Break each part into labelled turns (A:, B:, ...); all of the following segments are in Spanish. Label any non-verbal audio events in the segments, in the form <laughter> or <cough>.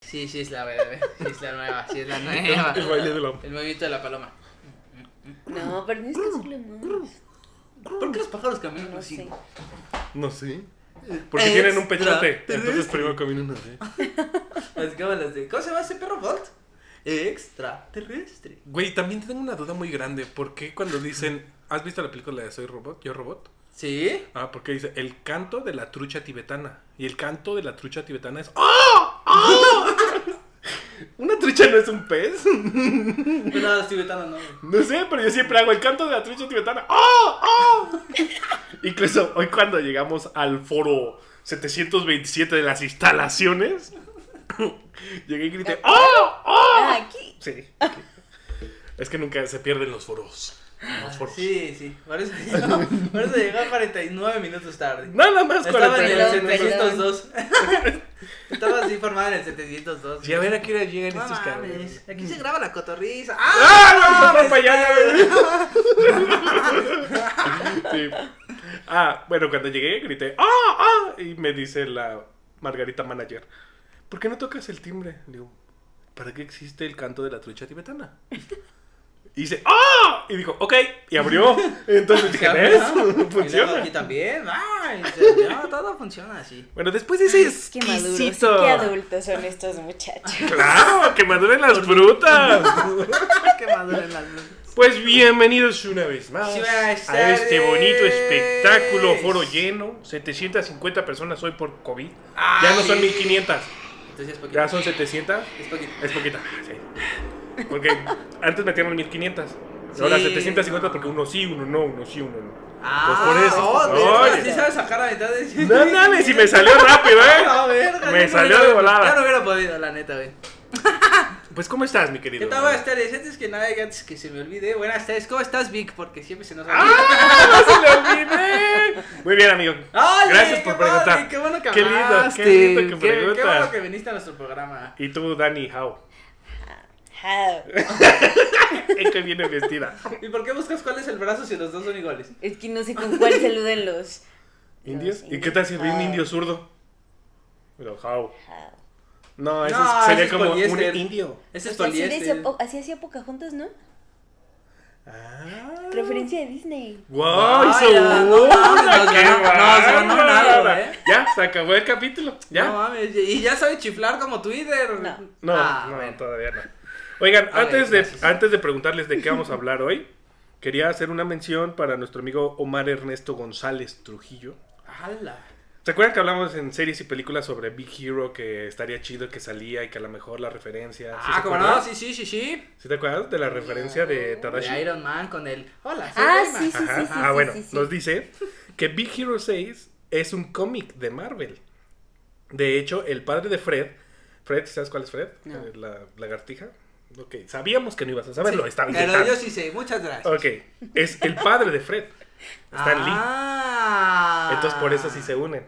A: sí es la bebé, sí es la nueva, sí es la nueva.
B: El baile de la-
A: El movimiento de la paloma.
C: No, pero no es que solo más.
A: ¿Por qué los pájaros caminan
C: No
A: así?
C: sé.
B: No sé. Porque tienen un
A: Extra
B: pechote. Entonces
A: terrestre.
B: primero caminan así.
A: Las cámaras de. ¿Cómo se llama ese perro Bolt? Extraterrestre.
B: Güey, también tengo una duda muy grande. ¿Por qué cuando dicen, ¿has visto la película de Soy Robot? Yo Robot.
A: ¿Sí?
B: Ah, porque dice, el canto de la trucha tibetana. Y el canto de la trucha tibetana es... ¡Oh! <laughs> Una trucha no es un pez.
A: Pero no, los tibetanos no. güey.
B: No sé, pero yo siempre hago el canto de la trucha tibetana. ¡Oh! ¡Oh!
A: <laughs>
B: Incluso hoy cuando llegamos al foro 727 de las instalaciones, <coughs> llegué y grité ¡Oh! ¡Oh!
C: Ah, aquí.
B: Sí. Es que nunca se pierden los foros. Los foros.
A: Sí, sí. Por eso llegó, por eso llegó 49 minutos tarde.
B: Nada más
A: Estaba en el
B: 49
C: Perdón,
A: 702. Estaba así formada en el 702.
B: Sí, a ver a qué hora llegan
A: No
B: estos
A: mames,
B: cabrones.
A: Aquí se graba la cotorriza.
B: ¡Ah! <laughs>
A: ¡Ah!
B: ¡No, no, para allá! <laughs> Sí. Ah, bueno, cuando llegué grité ¡Ah! ¡Ah! Y me dice la Margarita Manager ¿Por qué no tocas el timbre? Le digo, ¿para qué existe el canto de la trucha tibetana? Y dice ¡Ah! Y dijo, ok, y abrió Entonces dije, ¿ves?
A: Pues, Y luego
B: Funciona
A: aquí también. Ay,
B: <laughs>
A: se- no, todo funciona así.
B: Bueno, después de ese
C: Qué maduros, sí,
B: exquisito
C: qué adultos son estos muchachos.
B: ¡Claro! ¡Que maduren las frutas!
A: Qué madura en las luces.
B: Pues bienvenidos una vez más
A: Buenas
B: a este bonito
A: tardes.
B: espectáculo, foro lleno, 750 personas hoy por COVID. ya no son
A: sí.
B: 1500,
A: Entonces es poquito.
B: ya son 700,
A: Es poquito.
B: es poquita, sí. Porque antes metieron 1500, ahora
A: Sí.
B: 750 porque uno sí, uno no, uno sí, uno
A: <laughs>
B: no.
A: Ah,
B: Pues, por eso.
A: Oh,
B: Oye.
A: te- sí sabes sacar a mitad de.
B: No mames, si
A: <laughs>
B: me salió rápido,
A: A
B: ¿eh?
A: ver,
B: Me salió de volada.
A: Ya no hubiera podido, la neta, güey.
B: Pues ¿cómo estás, mi querido?
A: ¿Qué tal? este? Buenas tardes. Antes que nada, y antes que se me olvide. Buenas tardes. ¿Cómo estás, Vic? Porque siempre se nos olvida.
B: ¡Ah! ¡No se le olvidé! Muy bien, amigo.
A: ¡Ay,
B: Ah, Gracias por
A: qué padre,
B: preguntar.
A: Qué bueno que
B: Qué lindo, qué
A: hablaste,
B: lindo que
A: qué- Qué
B: preguntas.
A: bueno que viniste a nuestro programa.
B: ¿Y tú, Dani, how?
C: Ah,
B: ¿En qué viene vestida?
A: ¿Y por qué buscas cuál es el brazo si los dos son iguales?
C: es que no sé con cuál saluden los.
B: ¿Indios?
C: Los
B: ¿Y qué tal si ve un
A: Ah.
C: indios.
B: indio zurdo? Pero, how?
C: Ah.
B: No, eso
A: No,
B: es-
A: eso
B: sería
A: es
B: como
A: poliéster.
B: un indio.
A: Ese
C: Pues
A: es
C: así, decía
A: poliéster.
C: Po- así hacía Pocahontas, ¿no?
B: Ah.
C: Referencia de Disney.
B: ¡Wow! ¡Hizo
A: Vaya, no mames,
B: una!
A: nos
B: ¡Qué
A: ganó- nos ganó
B: bárbara!
A: un lado, ¿eh?
B: Ya, se acabó el capítulo. ¿Ya?
A: No mames, y ya sabe chiflar como Twitter.
C: No.
B: No,
A: Ah,
B: no,
A: bueno.
B: todavía no. Oigan,
A: A ver,
B: antes, de,
A: gracias.
B: antes de preguntarles de qué vamos a hablar hoy, quería hacer una mención para nuestro amigo Omar Ernesto González Trujillo.
A: ¡Hala!
B: ¿Se acuerdan que hablamos en series y películas sobre Big Hero que estaría chido que salía y que a lo mejor la referencia... ¿sí
A: Ah,
B: se
A: como
B: acuerdan?
A: no, sí, sí, sí, sí.
B: ¿Sí te acuerdas de la referencia de Tadashi?
A: De Iron Man con el. Hola, soy
C: Ah,
A: Rayman".
C: sí, sí, sí,
B: Ajá.
C: sí.
B: ah,
C: sí,
B: bueno,
C: sí, sí.
B: nos dice que Big Hero 6 es un cómic de Marvel. De hecho, el padre de Fred, Fred, ¿sabes cuál es Fred?
C: No.
B: Eh, La lagartija. Ok, sabíamos que no ibas a saberlo,
A: Sí,
B: estaba
A: Pero
B: intentando.
A: yo sí sé, muchas gracias.
B: Oh, Ok, es el padre de Fred, Stan Lee.
A: Ah.
B: Entonces por eso sí se unen.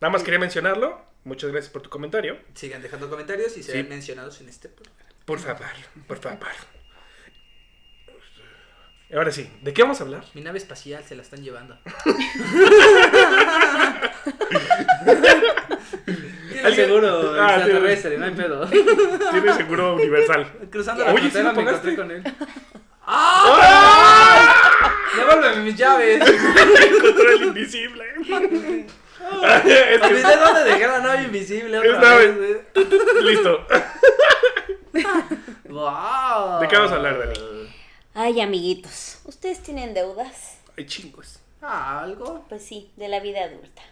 B: Nada más quería mencionarlo. Muchas gracias por tu comentario.
A: Sigan dejando comentarios y
B: Sí.
A: serán mencionados en este programa.
B: Por favor, por favor. Ahora sí, ¿de qué vamos a hablar?
A: Mi nave espacial se la están llevando. <laughs> Tiene
B: <laughs> ¿Alguien?
A: seguro
B: Ah, sí.
A: extraterrestre, no hay
B: <laughs>
A: pedo.
B: Tiene
C: <laughs>
B: seguro universal.
A: Cruzando la
B: Oye, ¿sí
A: frontera
B: lo
A: me encontré
B: pagaste?
A: con él. ¡Ah! Devuélveme mis llaves.
B: <laughs> Encontré el invisible. Es <laughs> que-
A: Olvidé dónde dejé la nave invisible.
B: Es
A: Otra
B: nave.
A: vez, güey.
B: Listo.
A: ¡Wow!
B: ¿De qué vamos a hablar, Dani?
C: Ay, amiguitos, ¿ustedes tienen deudas?
B: Hay chingos.
A: Ah, algo.
C: Pues sí, de la vida adulta.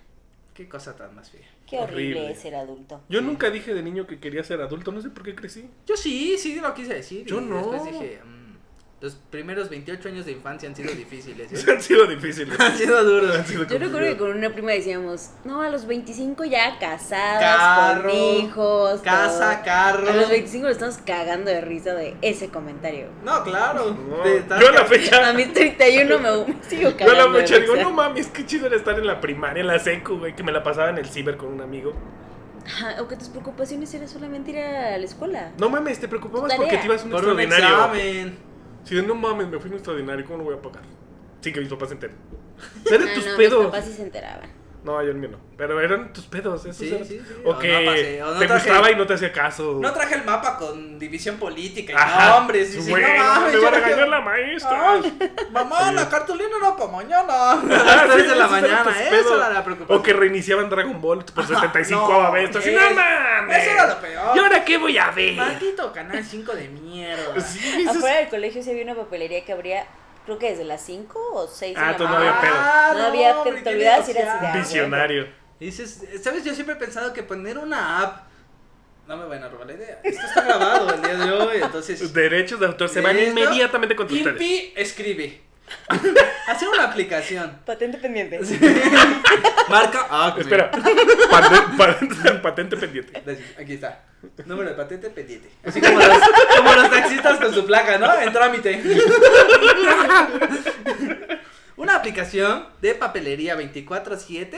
A: Qué cosa tan más fea.
C: Qué horrible,
B: Horrible.
C: es ser adulto.
B: Yo nunca dije de niño que quería ser adulto, no sé por qué crecí.
A: Yo sí, sí lo quise decir.
B: Yo
A: y
B: no.
A: Después dije, mm, los primeros 28 años de infancia han sido difíciles.
B: <laughs>
A: ¿eh?
B: Han sido difíciles.
A: han sido duros.
B: Han sido
C: Yo recuerdo que
B: complicados.
C: con una prima decíamos, no, a los 25 ya casadas,
A: Carro,
C: con hijos,
A: Casa,
C: todo".
A: carro.
C: A los 25 nos estamos cagando de risa de ese comentario.
A: No, claro.
B: No.
A: de estar
B: Yo a la
A: ca-
C: A
B: fecha.
C: mis 31 me,
B: <laughs>
C: me sigo
B: Yo a
C: cagando.
B: la
C: de
B: fecha digo,
C: risa.
B: no mames, qué chido era estar en la primaria, en la secu, güey, que me la pasaba en el ciber con un amigo.
C: Ajá, o que tus preocupaciones era solamente ir a la escuela.
B: No mames, te preocupabas
C: Tarea.
B: porque te ibas a un
A: Por un
B: extraordinario.
A: examen.
B: Si no mames, me fui a un extraordinario, ¿cómo lo voy a pagar? Sí, que mis papás se enteren. Eran
C: Ah,
B: tus
C: no, mis
B: pedos.
C: papás sí se enteraban.
B: No, yo el mío no. Pero eran tus pedos, esos
A: Sí,
B: eran-
A: sí, sí.
B: O
A: O
B: que
A: no pasé, o no
B: te
A: traje-
B: gustaba y no te hacía caso.
A: No traje el mapa con división política y
B: Ajá.
A: nombres. Y sí,
B: Bueno,
A: no mames,
B: me
A: yo
B: va a
A: no
B: regañar
A: quiero-
B: la maestra.
A: Ay, pues, mamá, la cartulina era para mañana. A
B: Ah,
A: las 3 de la
B: <laughs> sí, esos eran tus
A: mañana,
B: pedos.
A: eso era la
B: O que
A: preocupación.
B: reiniciaban Dragon Ball por 75
A: pues, no,
B: vez. Así,
A: es-
B: no mames.
A: eso era lo peor.
B: ¿Y ahora qué voy a ver?
A: Maldito canal 5 de mierda.
B: Sí, eso es-
C: Afuera del colegio sí había una papelería que abría, creo que desde las 5 o 6
B: Ah,
C: de la
B: tú no
C: mañana.
B: había pedo.
C: No había pedo, te olvidabas ir a ciudad.
B: Visionario.
A: Dices, ¿sabes? Yo siempre he pensado que poner una app. No me van a robar la idea. Esto está grabado el día de hoy, entonces.
B: Derechos de autor se van
A: Esto,
B: inmediatamente contra ustedes.
A: Impi escribe. <laughs> Hacer una aplicación.
C: Patente pendiente.
A: Marca. Ah, <laughs>
B: Espera. Paten- patente, patente pendiente.
A: Gracias, Aquí está. Número de patente pendiente. Así como los, como los taxistas con su placa, ¿no? En trámite. Una aplicación de papelería 24-7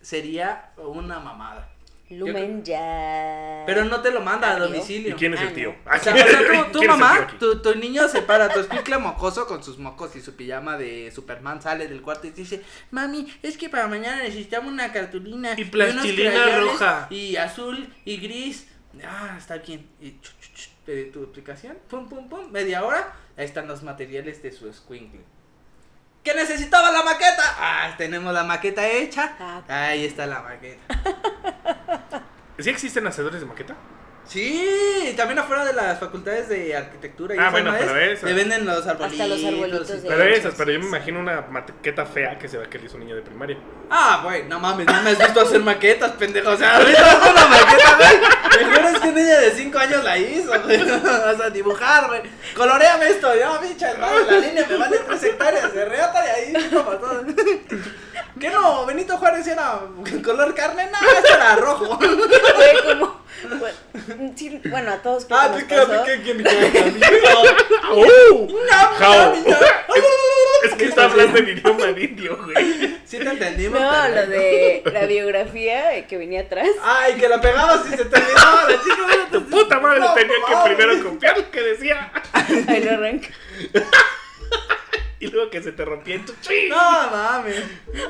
A: sería una mamada.
C: Lumen ya.
A: Pero no te lo manda a
C: Amigo.
B: ¿Y
A: domicilio.
B: quién es
C: Ah,
B: el tío?
C: no.
A: O
B: Ah,
A: sea, o
B: ¿quién- <laughs>
A: sea, tu, tu
B: quién es el tío
A: mamá,
B: aquí?
A: tu, tu niño se para, tu escuincle mocoso con sus mocos y su pijama de Superman sale del cuarto y dice, mami, es que para mañana necesitamos una cartulina
B: Y
A: unos
B: plastilina
A: crayones
B: roja.
A: y azul y gris. Ah, está bien. Y chu, chu, chu, pedí tu aplicación, pum, pum, pum, media hora, ahí están los materiales de su escuincle. ¿Qué necesitaba la maqueta? Ah, tenemos la maqueta
C: Ah.
A: hecha. Ahí está la maqueta.
B: ¿Sí existen hacedores de maqueta?
A: Sí, también afuera de las facultades de arquitectura y
B: Ah,
A: esas
B: bueno,
A: madres,
B: pero eso.
A: Te venden los arbolitos.
C: Hasta los arbolitos
A: y-
C: de-
B: Pero
C: sí,
B: esas,
C: sí,
B: pero yo me
C: sí.
B: imagino una maqueta fea que se ve que le hizo un niño de primaria.
A: Ah, güey, no mames, no me has visto hacer maquetas, pendejo. O
B: <laughs>
A: sea, ahorita hago una maqueta, güey. Mejor es que un niño de 5 años la hizo, güey. O sea, dibujar, güey. Coloreame esto, yo, "Ah, pinche, hermano, la línea me vale 3 hectáreas. Se reata de ahí, <laughs> como todo. ¿Qué no? Benito Juárez era color carne, no, esto era <laughs> rojo.
C: Fue como. Bueno, mm, sí, bueno, a todos. creo que
A: Ah,
C: nos
A: te quedas,
C: pasó.
A: te que mi cabeza.
B: ¡Oh!
A: <laughs> No,
B: Jao.
A: no, no.
B: Es que está hablando en idioma de indio, güey.
A: Sí te entendimos.
C: No,
A: pero-
C: lo de la biografía eh, que
B: <laughs>
C: venía atrás.
A: Ay, que la pegabas y se te olvidaba la chica. bueno,
B: Tu puta madre
A: No,
B: tenía que
A: mames.
B: primero copiar lo que decía.
C: Ahí lo arranca.
B: Y luego que se te rompía en tu chi.
A: No, mames.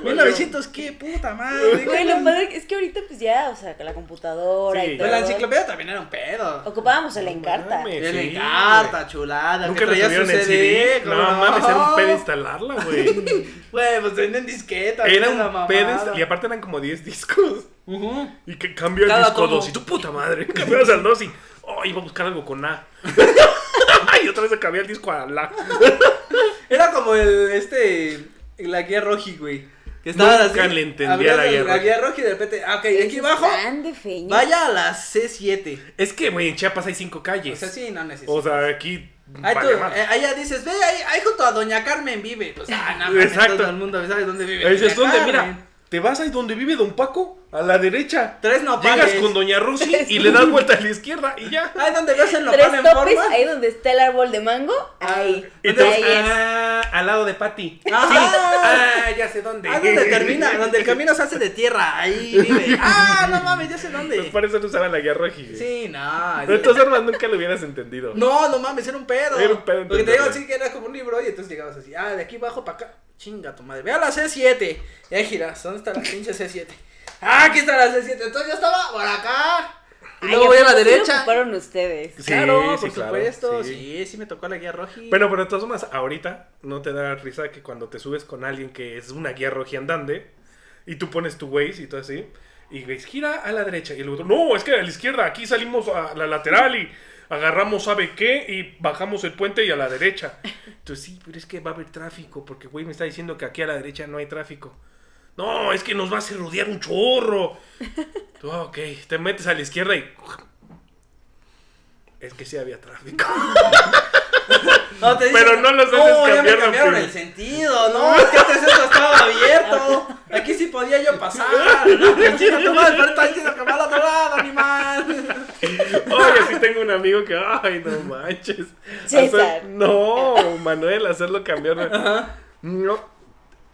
A: 1900, qué puta madre.
C: Güey, lo padre es que ahorita, pues ya, o sea, con la computadora
B: Sí.
C: y todo.
A: Pero pues, la enciclopedia también era un pedo.
C: Ocupábamos el encarta.
B: Mames,
A: El
B: sí,
A: encarta,
B: güey.
A: chulada.
B: Nunca
A: que
B: lo
A: traía su
B: tuvieron en CD.
A: CD,
B: No,
A: ¿cómo
B: mames, era
A: <laughs>
B: un pedo instalarla, güey.
A: Güey, pues venden disquetas. una
B: Era un
A: mamada.
B: pedo instalarla. Y aparte eran como 10 discos.
A: Ujú.
B: Y que cambia el
C: Cada
B: disco
C: tomo.
B: 2 y tu puta madre. Cambiabas al 2 y. Oh, iba a buscar algo con A. <laughs> y otra vez se cambié el disco a la.
A: Era como el, este, la guía roji, güey. Que estaba
B: Nunca le entendí a la guía
A: roji. La
B: roji.
A: guía roji y de repente, ah, ok, aquí abajo,
C: Tan de feña.
A: vaya a la C7.
B: Es que, güey, en Chiapas hay 5 calles.
A: O sea, sí, no necesito.
B: O sea, aquí.
A: Ahí, tú,
B: vale más.
A: eh, allá dices, ve, ahí, ahí junto a Doña Carmen vive. Pues, ah, no, mames,
B: Exacto.
A: todo el mundo sabe dónde vive.
B: Ahí dices,
A: Doña
B: ¿dónde?
A: Carmen".
B: Mira, te vas ahí donde vive Don Paco, a la derecha.
A: Tres
B: Llegas
A: nopales.
B: con Doña Rosy
A: <laughs>
B: y le das vuelta a la izquierda y ya.
A: Ahí donde ves el nopal
C: Tres
A: en
C: topes,
A: forma.
C: ahí donde está el árbol de mango. Ahí.
A: Ah,
B: Y
A: ¿dónde
B: entonces,
C: ahí es.
B: ah, al lado de Patty.
A: <laughs> Ajá.
B: Ah, ya sé dónde.
A: Ahí donde termina, donde el camino se hace de tierra, ahí
B: <laughs>
A: vive. Ah, no mames, ya sé
B: <laughs> Pues
A: dónde.
B: para eso no usaban la guía roji. güey.
A: Sí, no. es-
B: Entonces, Armas, nunca lo hubieras entendido.
A: No, no mames, era un pedo.
B: Era un pedo
A: Porque te digo
B: entenderlo.
A: así que era como un libro y entonces llegabas así, ah, de aquí abajo para acá. Chinga tu madre. Ve a la C7. Y ahí giras, ¿dónde está la pinche C7? Ah, aquí está la C7. Entonces yo estaba por acá. Y
C: Ay,
A: luego voy a la
C: ¿cómo se
A: derecha.
C: ocuparon ustedes?
B: Sí,
A: claro,
B: sí,
A: por
B: claro,
A: supuesto.
B: sí.
A: Sí. sí, me tocó la guía roji.
B: Bueno, pero de todas formas, ahorita no te da risa que cuando te subes con alguien que es una guía roji andante y tú pones tu Waze y todo así, y Waze gira a la derecha y el otro, no, es que a la izquierda, aquí salimos a la lateral y agarramos sabe qué y bajamos el puente y a la derecha. Entonces, sí, pero es que va a haber tráfico porque güey me está diciendo que aquí a la derecha no hay tráfico. No, es que nos va a hacer rodear un chorro. <laughs> Tú, "Ah, ok, te metes a la izquierda y... <laughs> Es que sí había tráfico.
A: No, te
B: Pero no los haces
A: ya me
B: cambiar la
A: cambiaron
B: prim-
A: el sentido, no, es que antes esto estaba abierto. Aquí sí podía yo pasar.
B: <laughs>
A: No, pues, chinga tu madre, pero está diciendo que va al otro lado, animal.
B: Oye, sí tengo un amigo que, ay, no manches.
C: César.
B: Hacer- no, Manuel, hacerlo cambiar. No.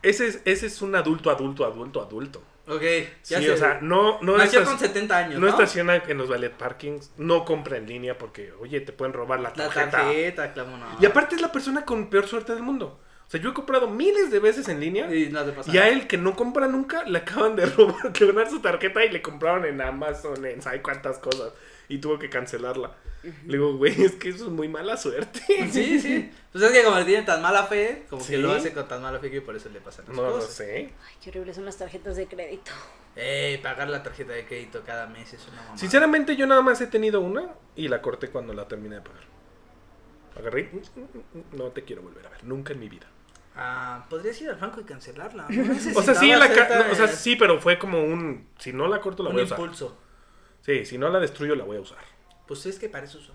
B: Ese es, ese es un adulto, adulto, adulto, adulto.
A: Ok, ya
B: sí,
A: sé.
B: o sea, no, no,
A: Nació
B: estac-
A: con 70 años,
B: no
A: ¿no?
B: estaciona en los ballet parkings, no compra en línea porque, oye, te pueden robar la
A: La
B: tarjeta.
A: tarjeta, claro, no.
B: Y aparte es la persona con peor suerte del mundo. O sea, yo he comprado miles de veces en línea.
A: Y no te pasa
B: Y a
A: nada.
B: él que no compra nunca, le acaban de <laughs> robar, clonar su tarjeta y le compraron en Amazon, en sabe cuántas cosas. Y tuvo que cancelarla. Le digo, güey, es que eso es muy mala suerte.
A: Sí, sí. Pues es que como tiene tan mala fe, como
B: Sí.
A: que lo hace con tan mala fe que por eso le pasan las
B: No lo
A: cosas.
B: sé.
C: Ay, qué horrible son las tarjetas de crédito.
A: Ey, pagar la tarjeta de crédito cada mes es una mamada.
B: Sinceramente, yo nada más he tenido una y la corté cuando la terminé de pagar. Agarré. y, No te quiero volver a ver, nunca en mi vida.
A: Ah, podrías ir al banco y cancelarla.
B: <laughs> O sea, sí, la ca- no, o sea, sí, pero fue como un. Si no la corto, la
A: Un
B: voy a usar.
A: impulso.
B: Sí, si no la destruyo, la voy a usar.
A: Pues es que para eso son.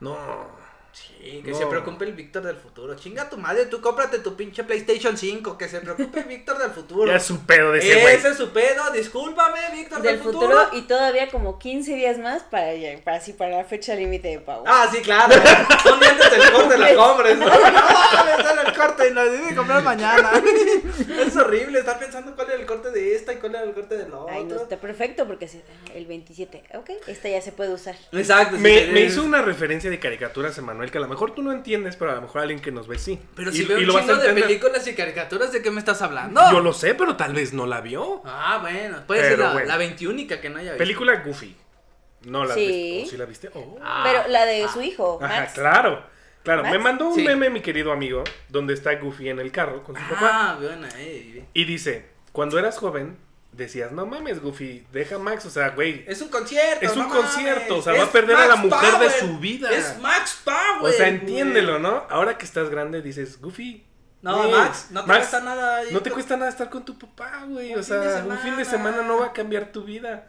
B: No.
A: Sí, que
B: No.
A: se preocupe el Víctor del futuro. Chinga tu madre, tú cómprate tu pinche PlayStation 5. Que se preocupe el Víctor del futuro.
B: Ya es su pedo de ese güey.
A: Ese es su pedo. Discúlpame, Víctor del,
C: Del futuro y todavía como 15 días más para, ya- para, así, para la fecha límite de pago.
A: Ah, sí, claro. Son dientes del corte, la compras. <laughs> No, no, me sale el corte y la debí de comprar mañana. <laughs> Es horrible estar pensando cuál era el corte de esta y cuál era el corte del otro.
C: Ay, no, está perfecto porque sí, el 27. Ok, esta ya se puede usar.
A: Exacto. sí,
B: Me,
A: sí,
B: me
A: sí.
B: hizo una referencia de caricaturas, Emanuel, que a lo mejor tú no entiendes, pero a lo mejor alguien que nos ve sí.
A: Pero
B: Y-
A: si veo
B: y
A: un
B: lo vas a
A: chingo de
B: entender.
A: películas y caricaturas, ¿de qué me estás hablando?
B: Yo lo sé, pero tal vez no la vio.
A: Ah, bueno. Puede ser
B: Pero
A: la,
B: bueno.
A: la 21 que no haya visto.
B: Película Goofy. No la
C: Sí.
B: viste. ¿O ¿Sí la viste? Oh.
A: Ah,
C: Pero la de
A: ah.
C: su hijo,
B: Ajá,
C: Max.
B: claro. Claro,
C: ¿Max?
B: me mandó un
A: Sí.
B: meme mi querido amigo, donde está Goofy en el carro con su papá.
A: Ah, buena, eh.
B: Y dice, cuando eras joven, decías, no mames, Goofy, deja a Max, o sea, güey.
A: Es un concierto.
B: Es un
A: no mames.
B: concierto, o sea,
A: Es
B: va a perder a la mujer de
A: Power.
B: su vida.
A: Es Max Power.
B: O sea, entiéndelo, ¿no? Ahora que estás grande, dices, Goofy.
A: No,
B: güey,
A: Max, no te cuesta nada. ir
B: No te
A: con-
B: cuesta nada estar con tu papá, güey.
A: Un
B: O
A: fin de
B: sea, un fin de
A: semana.
B: semana no va a cambiar tu vida.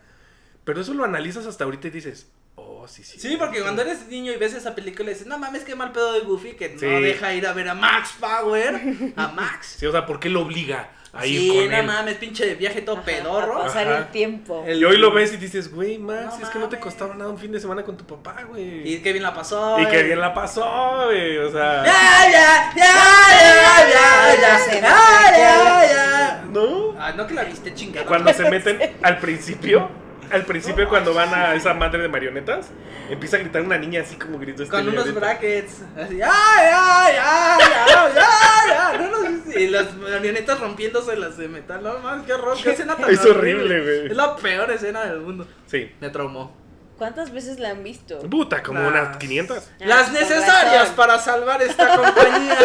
B: Pero eso lo analizas hasta ahorita y dices, oh, sí, sí.
A: Sí, porque cuando eres niño y ves esa película dices, no mames, qué mal pedo de Goofy que
B: Sí.
A: no deja ir a ver a Max Power. A
B: <laughs>
A: Max.
B: Sí, o sea, ¿por qué lo obliga a ir
A: sí,
B: con
A: no
B: él?
A: mames, pinche viaje todo
C: Ajá, A
A: pedorro.
C: pasar
B: Ajá.
C: el tiempo.
A: El-
B: Y hoy lo ves y dices, güey, Max,
A: No
B: es que no te
A: mames.
B: costaba nada un fin de semana con tu papá, güey.
A: Y
B: Y,
A: qué bien la pasó.
B: que
A: eh.
B: bien la pasó, güey. O
A: <laughs>
B: sea,
A: Ya, ya, ya, ya, ya, ya,
C: Ya,
A: ya, ya, ya.
B: ¿no?
A: Ah, no que la viste chingada. <laughs>
B: Cuando se meten al principio, al principio cuando van a esa madre de marionetas, empieza a gritar una niña así como grito este
A: Con
B: niño
A: unos
B: ahorita.
A: brackets. Así, ¡ay, ay, ay, ay, ay, ay! No los hice. Y las marionetas rompiéndose las de metal. No mames, qué horror,
B: <laughs>
A: qué escena tan
B: Es horrible, güey.
A: Es la peor escena del mundo.
B: Sí.
A: Me traumó.
C: ¿Cuántas veces la han visto?
B: Puta, como
A: Las-
B: unas 500.
C: Ah,
A: Las
C: con
A: necesarias
C: razón.
A: para salvar esta
C: <laughs>
A: compañía.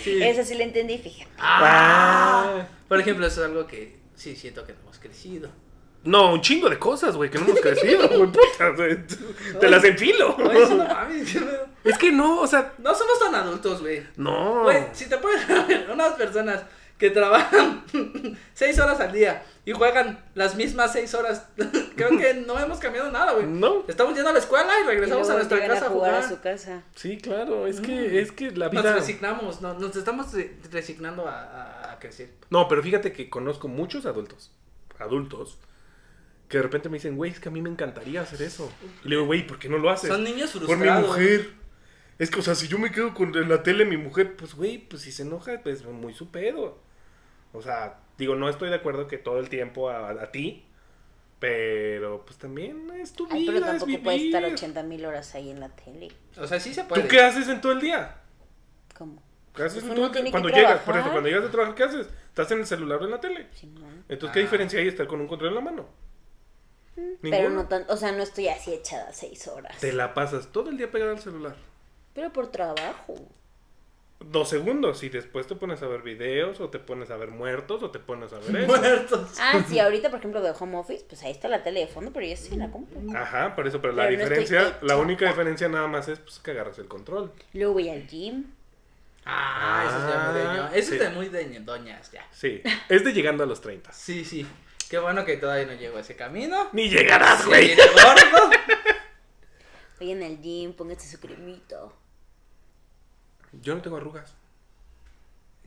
A: Sí.
C: Esa sí la entendí, fíjate.
A: Ah. Por ejemplo, eso es algo que sí siento que no hemos crecido.
B: No, un chingo de cosas, güey, que
A: <laughs>
B: no hemos crecido, güey, puta, güey. Te las enfilo.
A: Oye, eso no mames, qué pedo.
B: Es que no, o sea,
A: No somos tan adultos, güey.
B: no.
A: Güey, si te puedes <laughs> ver unas personas que trabajan <laughs> seis horas al día y juegan las mismas seis horas, <laughs> creo que no hemos cambiado nada, güey.
B: No.
A: Estamos yendo a la escuela y
C: Y
A: regresamos
C: luego
A: a nuestra
C: llegan
A: casa a
C: jugar
A: jugar.
C: a su casa.
B: Sí, claro, es
A: Mm.
B: que es que la
A: Nos
B: vida
A: resignamos, no, nos estamos re- resignando a, a- a crecer.
B: No, pero fíjate que conozco muchos adultos, adultos que de repente me dicen, "Güey, es que a mí me encantaría hacer eso." Y le digo, "Güey, ¿por qué no lo haces?"
A: Son niños
B: Por mi
A: frustrados.
B: mujer. Es que, o sea, si yo me quedo con la tele, mi mujer, pues, güey, pues si se enoja, pues muy su pedo. O sea, digo, no estoy de acuerdo que todo el tiempo a, a ti, pero pues también es tu vida,
C: Ay, pero
B: es
C: tampoco
B: vivir.
C: puedes estar 80 mil horas ahí en la tele.
A: O sea, sí se
B: ¿Tú
A: puede.
B: qué haces en todo el día?
C: ¿Cómo?
B: ¿Qué haces en
C: Pues
B: todo
C: uno
B: el
C: tiene
B: día?
C: que
B: Cuando llegas, por
C: trabajar.
B: eso, cuando llegas de trabajar, ¿qué haces? Estás en el celular o en la tele.
C: Sí, no.
B: Entonces, ¿qué
A: Ah.
B: diferencia hay de estar con un control en la mano?
C: Mm, Pero
B: Ninguna.
C: no tan, o sea, no estoy así echada seis horas.
B: Te la pasas todo el día pegada al celular.
C: Pero por trabajo.
B: Dos segundos y después te pones a ver videos o te pones a ver muertos o te pones
A: <laughs>
B: a ver eso.
A: Muertos.
C: Ah,
A: <laughs>
C: sí, ahorita, por ejemplo, de home office, pues ahí está la tele de fondo, pero yo sí la compro.
B: Ajá, por eso, pero la
C: Pero no estoy
B: diferencia, la
C: hecha.
B: única diferencia nada más es pues, que agarras el control.
C: Luego voy al gym.
A: Ah, eso es ya muy de ño- Eso
B: Sí.
A: es de muy de ño- doñas, ya.
B: Sí, es de llegando a los 30.
A: Sí, sí. Qué bueno que todavía no llego a ese camino.
B: Ni llegarás,
A: Sí,
B: güey.
A: gordo.
C: Vayan al gym, pónganse su cremito.
B: Yo no tengo arrugas.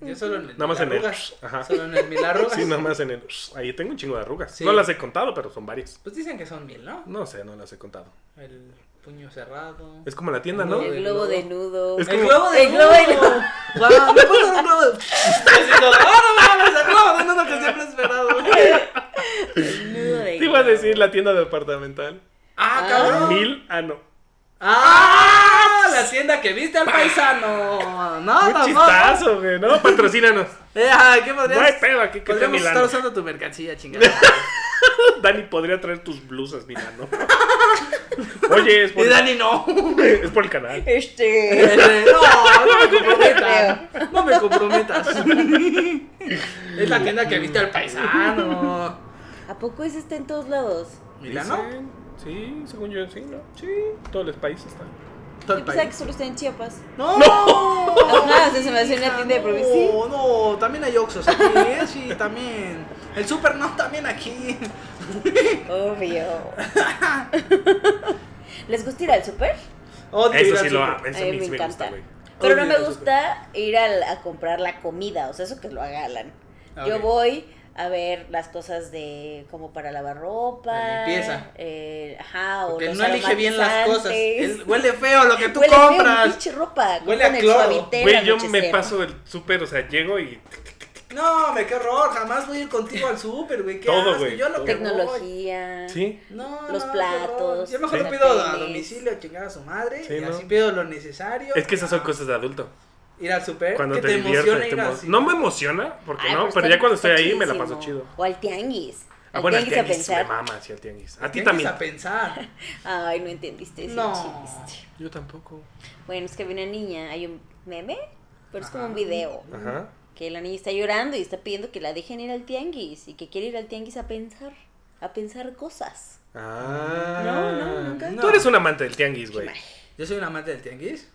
A: Yo solo en el
B: Nada más en el-
A: Milarrugas.
B: Ajá.
A: Solo en el mil arrugas.
B: Sí, nada más en el... Ahí tengo un chingo de arrugas.
A: Sí.
B: No las he contado, pero son varias.
A: Pues dicen que son mil, ¿no?
B: No sé, no las he contado.
A: El puño cerrado.
B: Es como la tienda, ¿no?
A: Globo
C: El
A: de
C: globo
A: nudo.
C: desnudo.
B: Es
A: el
B: como-
A: globo de
C: el globo de
A: nudo. Guau, me puedo dar un globo de. Así como, ¡ah, no mames! El globo de nudo que siempre he esperado.
C: El nudo
A: <laughs>
C: de
B: Te iba a decir la tienda departamental.
A: Ah, cabrón.
B: Mil, ah, no.
A: ¡Ah! La tienda que viste al paisano. No,
B: Un
A: tampoco.
B: chistazo, güey, ¿no? Patrocínanos.
A: Eh, ah, ¿Qué podrías?
B: No hay pedo aquí que sea
A: Podríamos estar
B: Milano.
A: usando tu mercancía, chingada.
B: Dani podría traer tus blusas, Milano. <laughs> Oye, es por,
A: y Dani no.
B: <laughs> es por el canal.
A: <laughs>
C: Este.
A: Eh, No, no me comprometas. No me comprometas.
B: <laughs>
A: Es la tienda que viste al paisano.
C: ¿A poco ese está en todos lados?
A: ¿Milano?
B: Dicen, Sí, según yo, sí, ¿no? Sí, todos los países están.
A: Todo el
C: Yo pensaba que
A: país.
C: solo está en Chiapas.
A: No. No.
C: Ajá, o sea, se me hace una
A: <laughs>
C: tienda de provincia. Sí.
A: No, no, también hay Oxxos aquí, ¿eh? sí, también. El Super no, también aquí.
C: Obvio. ¿Les gusta ir al super?
A: Odio ir
B: Eso
A: al
B: sí lo
A: súper.
B: amo, eso
C: A mí
B: mí
C: me
B: sí me gusta,
C: encanta.
B: güey.
C: Pero no
A: Odio
C: me
A: ir al
C: gusta ir al- a comprar la comida, o sea, eso que lo haga Alan. Yo
A: Ok.
C: voy a ver las cosas de como para lavar ropa.
A: La limpieza.
C: eh, ajá, o
A: Porque
C: los
A: no elige bien las cosas.
C: aromatizantes.
A: Él- huele feo lo que tú
C: Huele feo mi
A: compras.
C: pinche ropa.
A: Huele a
C: con el
A: cloro.
C: suavitel, la
B: Güey, yo me
C: nochecera.
B: paso del súper, o sea, llego y
A: No, me qué horror, jamás voy a ir contigo al súper, güey. ¿Qué
B: Todo,
A: asco,
B: güey,
A: Yo lo
B: todo.
A: que voy.
C: Tecnología.
B: Sí.
A: No,
C: Los
A: no, qué horror.
C: platos,
A: Yo mejor
C: las
A: pido a
C: teles.
A: domicilio, chingada a su madre.
B: Sí,
A: y
B: ¿no?
A: así pido lo necesario.
B: Es que esas son cosas de adulto.
A: Ir al súper.
B: Cuando
A: ¿Eh? que te,
B: te,
A: emociona
B: diviertes,
A: ir
B: te emo-
A: así.
B: no me emociona, porque
C: Ay,
B: no,
C: Ah, pues está-
B: pero ya cuando
C: está
B: estoy ahí me la paso
C: chidísimo.
B: chido.
C: O al tianguis.
B: Ah,
C: Al
B: bueno, al
C: tianguis a
B: tianguis me
C: pensar.
B: mama, sí, al tianguis. A ti
A: Tienes
B: también.
A: a
C: <laughs>
A: pensar.
C: Ay, no entendiste ese
A: No.
C: chiste.
B: Yo tampoco.
C: Bueno, es que había una niña, hay un meme, pero es como
A: Ajá.
C: un video.
B: Ajá.
C: Que la niña está llorando y está pidiendo que la dejen ir al tianguis y que quiere ir al tianguis a pensar, a pensar cosas.
B: Ah.
C: No, no, nunca.
B: Tú eres un amante del tianguis, güey.
A: Yo soy un amante del tianguis.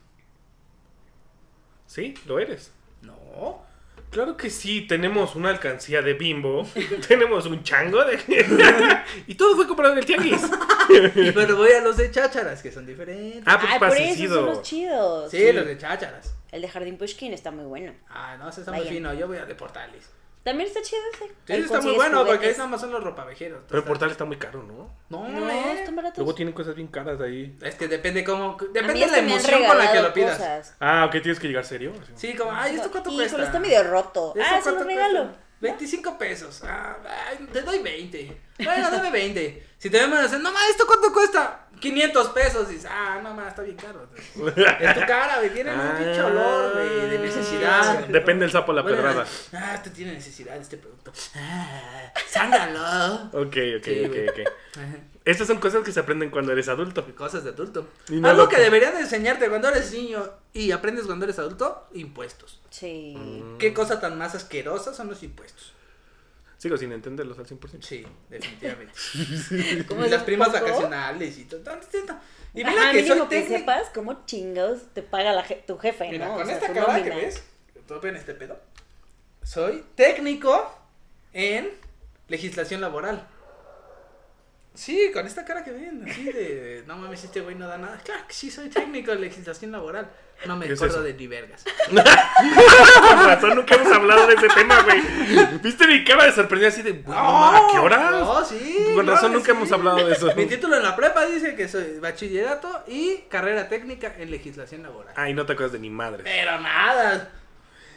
B: Sí, lo eres.
A: No.
B: Claro que sí, tenemos una alcancía de bimbo, <laughs> tenemos un chango de... <laughs> y todo fue comprado en el tianguis.
A: <laughs> Pero voy a los de chácharas, que son diferentes.
B: Ah, pues
C: Ay, por eso son
B: pasecido.
C: los chidos.
A: sí, los de chácharas.
C: El de Jardín Pushkin está muy bueno.
A: Ah, no, ese está muy
C: Vayan.
A: fino. Yo voy al de portales.
C: También está chido ese.
A: Sí,
C: Ahí
A: está muy
C: consigues
A: bueno, porque ahí
C: juguetes.
A: nada más son los ropavejeros.
B: Pero el
A: Entonces,
B: portal está muy caro, ¿no?
A: No,
C: No,
A: eh.
C: están baratos.
B: Luego tienen cosas bien caras ahí.
A: Es que depende cómo.
C: A mí
A: Depende de la
C: hasta me han
A: emoción con la que
C: regalado
A: lo pidas.
C: cosas.
B: Ah, ok, tienes que llegar serio. Así.
A: Sí, como, ay, ¿esto cuánto
C: Híjole,
A: cuesta?
C: está medio roto.
A: ¿Esto
C: Ah, se
A: cuánto
C: lo
A: cuesta?
C: regalo.
A: 25 pesos. Ah, ay, te doy 20. Bueno, dame 20. Si te ven, van a decir, no más, ¿esto cuánto cuesta? 500 pesos. Dices, ah, no más, está bien caro. Es tu cara, güey. Tiene un pinche olor, güey, de necesidad.
B: <laughs> Depende el sapo a Ah. la
A: Huele a-
B: pedrada.
A: Ah, este tiene necesidad de este producto. Ah,
B: <laughs>
A: sángralo.
B: Ok, ok,
A: Sí,
B: ok,
A: güey.
B: ok. Estas son cosas que se aprenden cuando eres adulto.
A: Cosas de adulto.
B: Y no
A: Algo
B: lo-
A: que deberían de enseñarte cuando eres niño y aprendes cuando eres adulto, impuestos.
C: Sí.
B: Mm.
A: ¿Qué cosa tan más asquerosa son los impuestos?
B: Sigo sin entenderlos
A: <laughs>
B: al 100%.
A: Sí,
B: <laughs>
A: definitivamente.
C: ¿Cómo
A: y
C: es
A: las
C: un
A: primas
C: poco?
A: vacacionales y todo. tanto, tanto. Y mira
C: Ajá,
A: que
C: mínimo
A: soy
C: que
A: técnico.
C: sepas cómo chingados te paga la je- tu jefe,
A: Mira,
C: ¿no? O
A: con
C: sea,
A: esta
C: tu
A: cara que
C: nómina.
A: ves, todo en este pedo. Soy técnico en legislación laboral. Sí, con esta cara que ven, así de <laughs> no mames, este güey no da nada. Claro que sí, soy técnico en legislación laboral. No me
B: ¿Qué es
A: acuerdo
B: eso? Pues
A: de ni vergas.
B: Con razón, nunca hemos hablado de ese tema, güey. ¿Viste mi cara de sorprendida así de, güey, no, ¿a qué hora?
A: No, sí.
B: Con
A: claro
B: razón,
A: que
B: nunca
A: sí.
B: hemos hablado de eso.
A: <laughs> Mi título en la prepa dice que soy bachillerato y carrera técnica en legislación laboral.
B: Ay, no te acuerdas de ni madre.
A: Pero nada.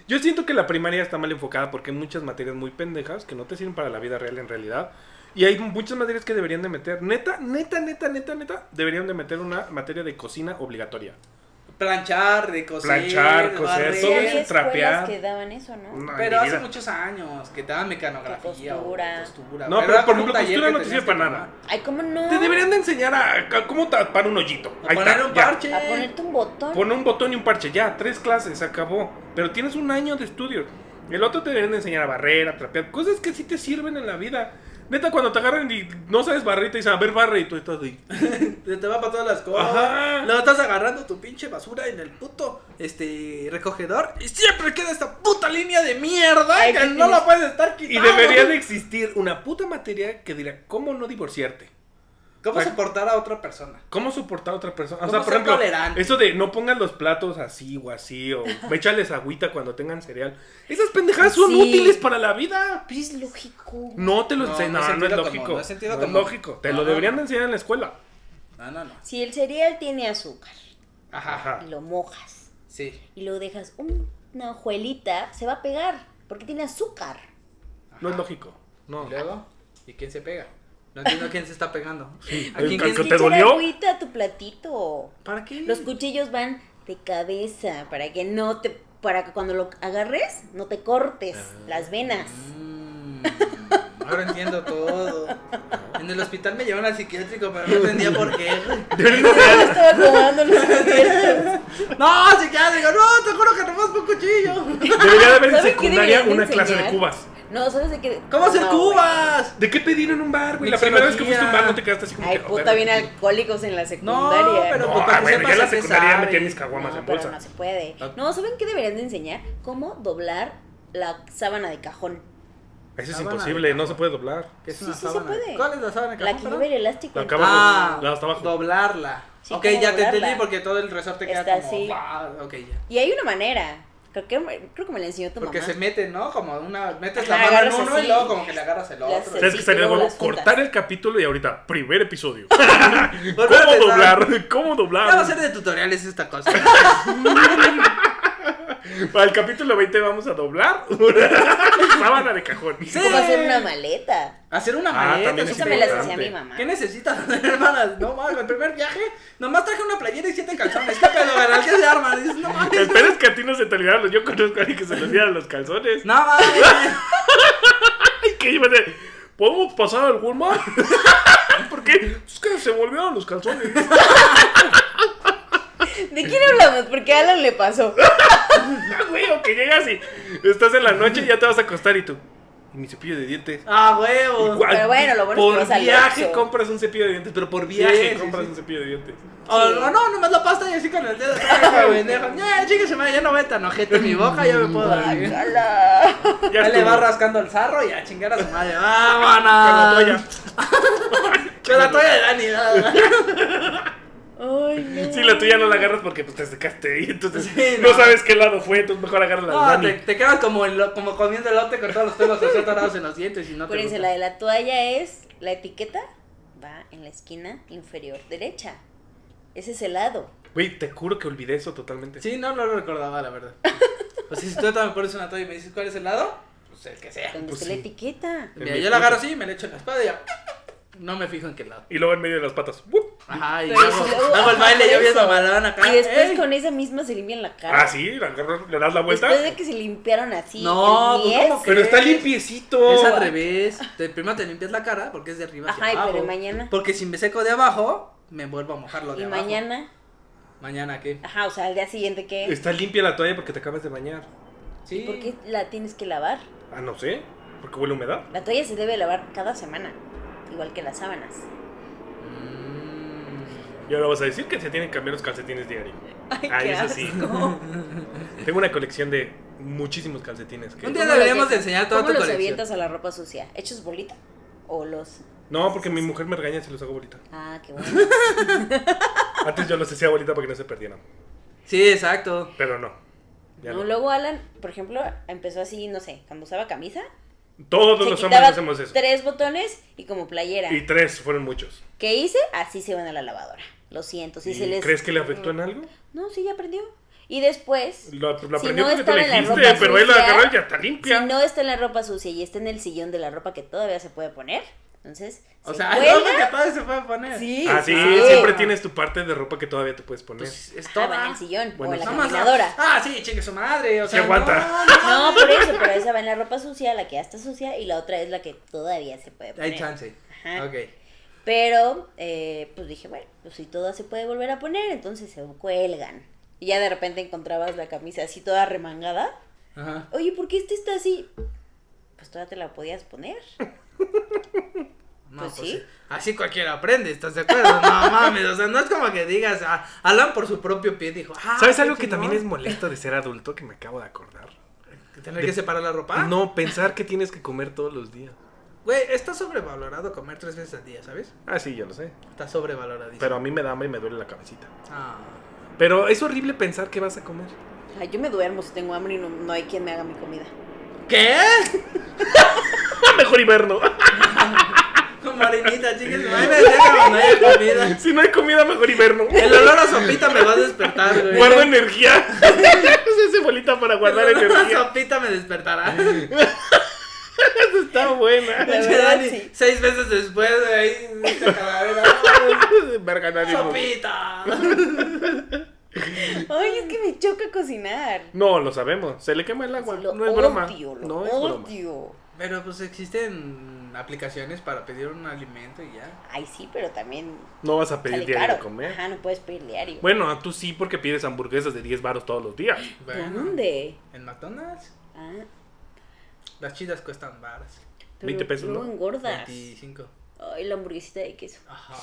B: Yo siento que la primaria está mal enfocada porque hay muchas materias muy pendejas que no te sirven para la vida real en realidad. Y hay muchas materias que deberían de meter. Neta, neta, neta, neta, neta, deberían de meter una materia de cocina obligatoria.
A: Planchar, de coser.
B: Planchar, coser,
A: barrer.
C: Sí,
B: todo
C: había
B: eso,
C: escuelas
B: trapear.
C: que daban eso, ¿no?
B: No, en
A: Mm, Pero
B: mi
A: hace
B: vida.
A: muchos años que te daban mecanografía
C: Que costura.
A: o costura.
B: No, pero
A: era
B: por
A: como un
B: ejemplo,
A: taller
B: costura
A: que
B: no te
A: tenías
B: sirve
A: que
B: para
A: tomar.
B: nada.
C: Ay, ¿cómo no?
B: Te deberían de enseñar a, a cómo tapar un hoyito.
A: O
B: Ahí
A: poner
B: está,
A: un
B: ya.
A: parche.
C: A ponerte un botón.
B: Pone un botón y un parche, ya, tres clases, se acabó. Pero tienes un año de estudio. El otro te deberían de enseñar a barrer, a trapear, cosas que sí te sirven en la vida. Neta, cuando te agarran y no sabes barrer, te dicen, a ver, barre, y tú
A: <laughs>
B: estás ahí.
A: Se te va para todas las cosas.
B: Ajá.
A: Luego estás agarrando tu pinche basura en el puto este recogedor. Y siempre queda esta puta línea de mierda
C: Ay,
A: que
C: que
A: no
C: tienes-
A: la puedes estar
B: Y
A: quitando.
B: debería de existir una puta materia que dirá, ¿cómo no divorciarte?
A: ¿Cómo soportar a otra persona?
B: ¿Cómo soportar a otra persona? O
A: ¿Cómo
B: sea, por
A: ser
B: ejemplo,
A: tolerante?
B: eso de no pongas los platos así o así, o <laughs> échales agüita cuando tengan cereal. Esas pendejadas son
C: Sí.
B: útiles para la vida.
C: Pero es lógico.
B: No te lo
A: No,
B: enseñan,
A: no
B: no,
A: es
B: no, es
A: sentido
B: lógico.
A: común, no es sentido
B: No es
A: común.
B: lógico. Te
A: No,
B: lo
A: no,
B: deberían
A: no.
B: de enseñar en la escuela.
A: No, no, no.
C: Si el cereal tiene azúcar
A: Ajá.
C: y lo mojas
A: Sí.
C: y lo dejas un- una hojuelita, se va a pegar porque tiene azúcar.
B: No es lógico. No.
A: ¿Y luego? ¿Y quién se pega? No entiendo quién se está pegando. ¿A
B: el
A: quién
B: calco-
A: crees
B: ¿Que
A: que-
B: te
C: Échale
B: dolió?
C: agüita a tu platito.
A: ¿Para qué?
C: Los cuchillos van de cabeza para que no te para que cuando lo agarres no te cortes
B: Ah.
C: las venas. <laughs>
A: Mm, Ahora entiendo todo. En el hospital me llevaron al psiquiátrico, pero <laughs> no entendía por qué. güey.
C: Yo estaba acomodando los cubiertos.
A: No, psiquiátrico, no, te juro que nomás con cuchillo.
B: Debería de haber en
C: ¿Saben qué
B: secundaria
C: deberían de
B: una clase de
C: enseñar?
B: cubas.
C: No, sabes de qué
A: ¿Cómo hacer
C: No,
A: cubas?
B: ¿De qué te dieron en un bar, güey? La
A: Mixología.
B: primera vez que fuiste a un bar no te quedaste así como
C: güey. Ay,
B: que, oh,
C: puta,
B: verga.
C: bien alcohólicos en la
A: No,
C: secundaria.
A: pero
B: No,
A: pues para que
B: bueno,
A: sepas
B: ya en la
A: a qué
B: secundaria
A: sabe.
B: metía mis caguamas
C: No,
B: en
C: pero
B: bolsa.
C: no se puede.
A: Ah.
C: No, ¿saben qué deberían de enseñar? Cómo doblar la sábana de cajón.
B: Eso es
A: Sábana de
B: imposible, no
A: cajón.
B: se puede doblar.
A: ¿Qué es
C: Sí,
A: una
C: sí se
A: sábana?
C: puede.
A: ¿Cuál es la sábana?
C: La
A: cajón,
C: que
A: perdón?
C: lleva el elástico.
B: La que abajo.
A: Ah,
B: La hasta abajo.
A: doblarla.
C: Sí,
A: ok,
C: ¿cómo
A: ya te
C: doblarla?
A: entendí porque todo el resorte queda
C: Está
A: como...
C: así.
A: ah, Ok, ya.
C: Y hay una manera. Creo que, creo que me la enseñó tu
A: Porque
C: mamá.
A: se meten, ¿no? Como una... Metes
C: Ajá,
A: la mano en
C: agarras
A: uno
C: así.
A: y luego como que le agarras el
C: Le
A: otro.
C: haces-
B: ¿Sabes
C: sí,
B: qué estaría
C: y luego
B: bueno?
C: las juntas.
B: Cortar el capítulo y ahorita, primer
C: <laughs>
B: episodio.
A: Volverte,
B: ¿Cómo
A: ¿sabes?
B: doblar?
A: Ya va a
B: ¿Cómo doblar?
A: ser de tutoriales esta <laughs> cosa.
B: Para el capítulo 20 vamos a
C: <laughs>
B: doblar sábana de cajón.
C: ¿Cómo hacer una maleta?
A: Hacer una
B: Ah,
A: maleta.
B: también
A: sí
B: es
C: Esa me la enseñó
B: importante.
C: mi mamá.
A: ¿Qué necesitas <laughs> hacer, hermanas? No mames, el primer viaje, nomás traje una playera y siete calzones. ¿Qué pedo, ¿Al ¿Qué se arma? Dices, no mames.
B: Esperas que a ti no se te olvidaron los. Yo conozco a alguien que se le olvidaron los calzones.
A: No mames.
B: Ay, que iba de. ¿Podemos pasar al Walmart? <laughs> ¿Por qué? Es que se volvieron los calzones. <laughs>
C: ¿De quién hablamos? Porque a Alan le pasó.
B: Ah, güey, o que llegas y estás en la noche y ya te vas a acostar y tú. Y mi cepillo de dientes.
A: Ah, huevo.
B: Igual,
C: Pero bueno, lo bueno es que
B: por
C: vas al
B: viaje
C: Oxxo.
B: compras un cepillo de dientes, pero por
A: Sí,
B: viaje
A: sí,
B: compras
A: sí.
B: un cepillo de dientes.
A: O, o no, nomás la pasta y así con el dedo. Traje, pendejo. Ya, chica, se me ya no ve tan ojete mi boca, ya me puedo dormir.
C: Guácala.
A: Ya le
B: estuvo.
A: va rascando el zarro y a chingar a su madre.
B: Con la
A: ¡Vámonos!
B: toalla.
A: Con la toalla de Dani. ah.
C: Ay, no.
B: Sí, la tuya no la agarras porque pues, te secaste y entonces
A: Sí,
B: no.
A: no.
B: sabes qué lado fue, entonces mejor agarras la de
A: No,
B: Dani.
A: te, te quedas como, el, como comiendo elote con todos los pelos así atorados en los dientes y no te
C: Acuérdense,
A: gusta.
C: la de la toalla es. La etiqueta va en la esquina inferior derecha. Ese es el lado.
B: Güey, te juro que olvidé eso totalmente.
A: Sí, no, no lo recordaba, la verdad. O sea, si tú también me pones una toalla y me dices cuál es el lado, pues el que sea.
C: Donde
B: Pues
C: está la
B: sí.
C: etiqueta.
A: Mira, yo la agarro así, me la echo en la espada y ya. No me fijo en qué lado.
B: Y luego en medio de las patas. ¡wup!
A: Ajá, y
C: Pero
A: hago,
C: si luego-
A: hago el baile, yo vi
C: eso.
A: esa malón acá.
C: Y después
A: ¡Ey!
C: con esa misma se limpian la cara.
B: Ah, sí, la agarras, le das la vuelta.
C: Después de que se limpiaron así.
A: No,
C: el
A: pues,
C: 10,
A: ¿cómo que?
B: Pero está limpiecito.
A: Es al revés. Te, primero te limpias la cara porque es de arriba hacia
C: Ajá, y
A: abajo.
C: pero mañana.
B: Pues,
A: Porque si me seco de abajo, me vuelvo a mojar lo de
C: Y
A: abajo.
C: mañana.
A: ¿Mañana qué?
C: Ajá, o sea, al día siguiente que.
B: Está limpia la toalla porque te acabas de bañar.
A: Sí.
C: Ah, ¿Por qué la tienes que lavar?
B: Ah, no sé. Porque huele a humedad.
C: La toalla se debe lavar cada semana. Igual que las sábanas.
A: Mm.
B: Y ahora vas a decir que se tienen que cambiar los calcetines diario.
C: Ay,
B: Ay,
C: qué
B: eso sí.
C: asco.
B: <laughs> Tengo una colección de muchísimos calcetines. que-
A: Un día
C: ¿Cómo
A: deberíamos
C: los-
A: de enseñar toda tu
C: ¿Cómo los
A: colección.
C: avientas a la ropa sucia? ¿Hechos bolita? ¿O los.?
B: No, porque mi mujer me regaña si los hago bolita.
C: Ah, qué bueno.
B: Antes yo los hacía bolita para que no se perdieran.
A: Sí, exacto.
B: Pero no. <laughs> Ya
C: No,
B: no.
C: luego Alan, por ejemplo, empezó así, no sé, cuando usaba camisa.
B: Todos
C: se
B: los hombres
C: quitaba
B: hacemos eso.
C: Tres botones y como playera.
B: Y tres fueron muchos.
C: ¿Qué hice? Así se van a la lavadora. Lo siento, si
B: ¿Y
C: se les. Mm.
B: ¿Crees que le afectó en algo?
C: No, sí, ya aprendió. Y después,
B: Lo, lo aprendió
C: no
B: porque tú
C: estaba
B: le
C: en la
B: dijiste,
C: ropa
B: pero él la
C: sucia,
B: agarró y ya está limpia.
C: si no está en la ropa sucia y está en el sillón de la ropa que todavía se puede poner, entonces.
A: O
C: se
A: sea,
C: cuelga.
A: hay ropa que todavía se puede poner.
C: Sí,
B: Ah, sí,
A: sí.
B: siempre tienes tu parte de ropa que todavía te puedes poner.
A: Pues es
C: Estaba
A: toda. Pues
C: Ah, en el sillón
B: Bueno,
C: o en la
A: Nada más la-
C: caminadora. <laughs>
A: Ah, sí, cheque su madre. O
B: Se
A: sea, no,
B: aguanta.
A: no.
C: No, por eso, pero esa va en la ropa sucia, la que ya está sucia, y la otra es la que todavía se puede poner.
A: Hay chance.
C: Ajá.
A: Ok.
C: Pero, eh, pues dije, bueno, pues si toda se puede volver a poner, entonces se cuelgan. Y ya de repente encontrabas la camisa así toda remangada.
A: Ajá.
C: Oye, ¿por qué esta está así? Pues todavía te la podías poner.
A: No, pues,
C: Pues sí.
A: sí. Así cualquiera aprende, ¿estás de
B: <laughs>
A: acuerdo? No mames, o sea, no es como que digas, ah, Alan por su propio pie dijo, ah,
B: ¿Sabes
A: qué
B: algo que
A: chingón?
B: también es molesto de ser adulto que me acabo de acordar?
A: ¿Tener
B: de-
A: que separar la ropa?
B: No, pensar que tienes que comer todos los días.
A: Güey, está sobrevalorado comer tres veces al día, ¿sabes?
B: Ah, sí, yo lo sé.
A: Está sobrevaloradísimo.
B: Pero a mí me da hambre y me duele la cabecita.
A: Ah.
B: Pero es horrible pensar que vas a comer.
C: <laughs> Ay, yo me duermo si tengo hambre y no, no hay quien me haga mi comida.
A: ¿Qué? <laughs>
B: Ah, Mejor <laughs> hiberno.
A: Como arenita, chicas,
B: <laughs>
A: no me deja cuando haya comida.
B: si no hay comida, mejor <laughs> hiberno.
A: El olor a sopita me va a despertar, güey.
B: Guardo energía. <laughs> Esa es bolita para guardar
A: El olor a
B: energía.
A: sopita me despertará.
B: Está buena. <laughs>
C: La
A: <laughs> Pinche
C: verdad,
A: Dani,
C: sí.
A: seis veces después de ahí, se calavera.
B: Verga, nadie nos-
A: ¡Sopita!
C: Ay, es que me choca cocinar.
B: No, lo sabemos. Se le quema el agua.
C: Sí, lo
B: no es broma.
C: odio, lo
B: no es broma.
C: odio.
A: Pero pues existen aplicaciones para pedir un alimento y ya.
C: Ay, sí, pero también
B: No vas a pedir
C: sale
B: diario
C: caro.
B: de comer.
C: Ajá, no puedes pedir diario.
B: Bueno, tú sí porque pides hamburguesas de 10 baros todos los días.
A: Bueno,
C: ¿Dónde?
A: En McDonald's,
C: Ah,
A: las chidas cuestan varas.
C: pero
B: 20 pesos,
C: luego
B: ¿no?
C: engordas.
A: 25.
C: Ay, la hamburguesita de queso.
A: Ajá.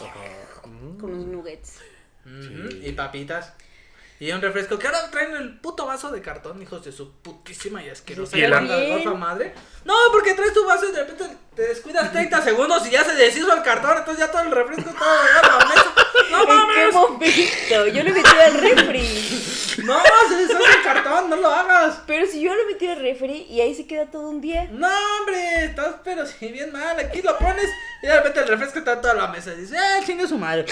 B: Mm.
C: Con unos nuggets.
A: Ujú,
B: Sí.
A: Y papitas. Y un refresco. Que ahora traen el puto vaso de cartón, hijos de su putísima y asquerosa.
B: Y el
A: banda
C: ar-
A: de madre. No, porque traes tu vaso y de repente te descuidas
C: <laughs>
A: 30 segundos y ya se deshizo el cartón. Entonces ya todo el refresco estaba regado a la
C: <laughs>
A: mesa. No
C: ¿En qué
A: mames.
C: momento? Yo lo metí al refri.
A: No, se deshace el cartón, no lo hagas.
C: Pero si yo lo metí al refri y ahí se queda todo un día.
A: No, hombre, estás pero si bien mal. Aquí lo pones y de repente el refresco está en toda la mesa. Y dices, ¡eh, chingue su madre! <laughs>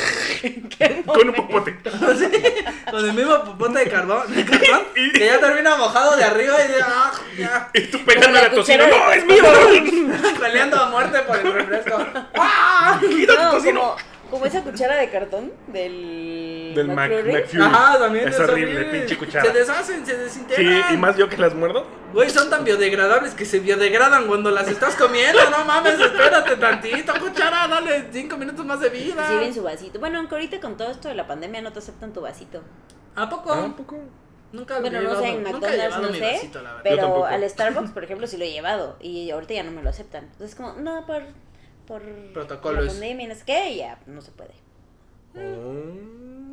B: Con un popote.
A: Sí, con el mismo popote de carbón, de cartón,
B: <laughs>
A: que ya termina mojado de arriba y de, ah, ya, <laughs>
B: Y tú pegando
C: Con la
B: la tocina.
C: cuchara
B: ¡No,
C: de
B: es mío! <laughs>
A: peleando a muerte por el refresco. ¡Ah!
C: No, como, como esa cuchara de cartón del.
B: Del Mac,
C: McFlurry.
B: McFlurry.
A: Ajá, también
B: Es
A: eso,
B: horrible,
A: güey.
B: pinche cuchara.
A: Se deshacen, se
B: Sí,
A: desintegran.
B: y más yo que las muerdo.
A: Güey, son tan biodegradables que se biodegradan cuando las estás comiendo. No mames, espérate tantito, cuchara, dale cinco minutos más de vida.
C: Sirven su vasito. Bueno, aunque ahorita con todo esto de la pandemia no te aceptan tu vasito.
A: ¿A poco?
B: Ah, un poco.
A: Nunca
C: Bueno,
A: he
C: no sé, en
A: llevado- nunca he
C: McDonald's
A: llevado
C: no
A: mi
C: sé.
A: vasito, la verdad.
B: Yo
C: Pero
B: tampoco.
C: al Starbucks,
B: <laughs>
C: por ejemplo, sí lo he llevado. Y ahorita ya no me lo aceptan. Entonces, como, no, por. Por
A: Protocolos.
C: la pandemia, no sé qué, ya no se puede.
B: Oh.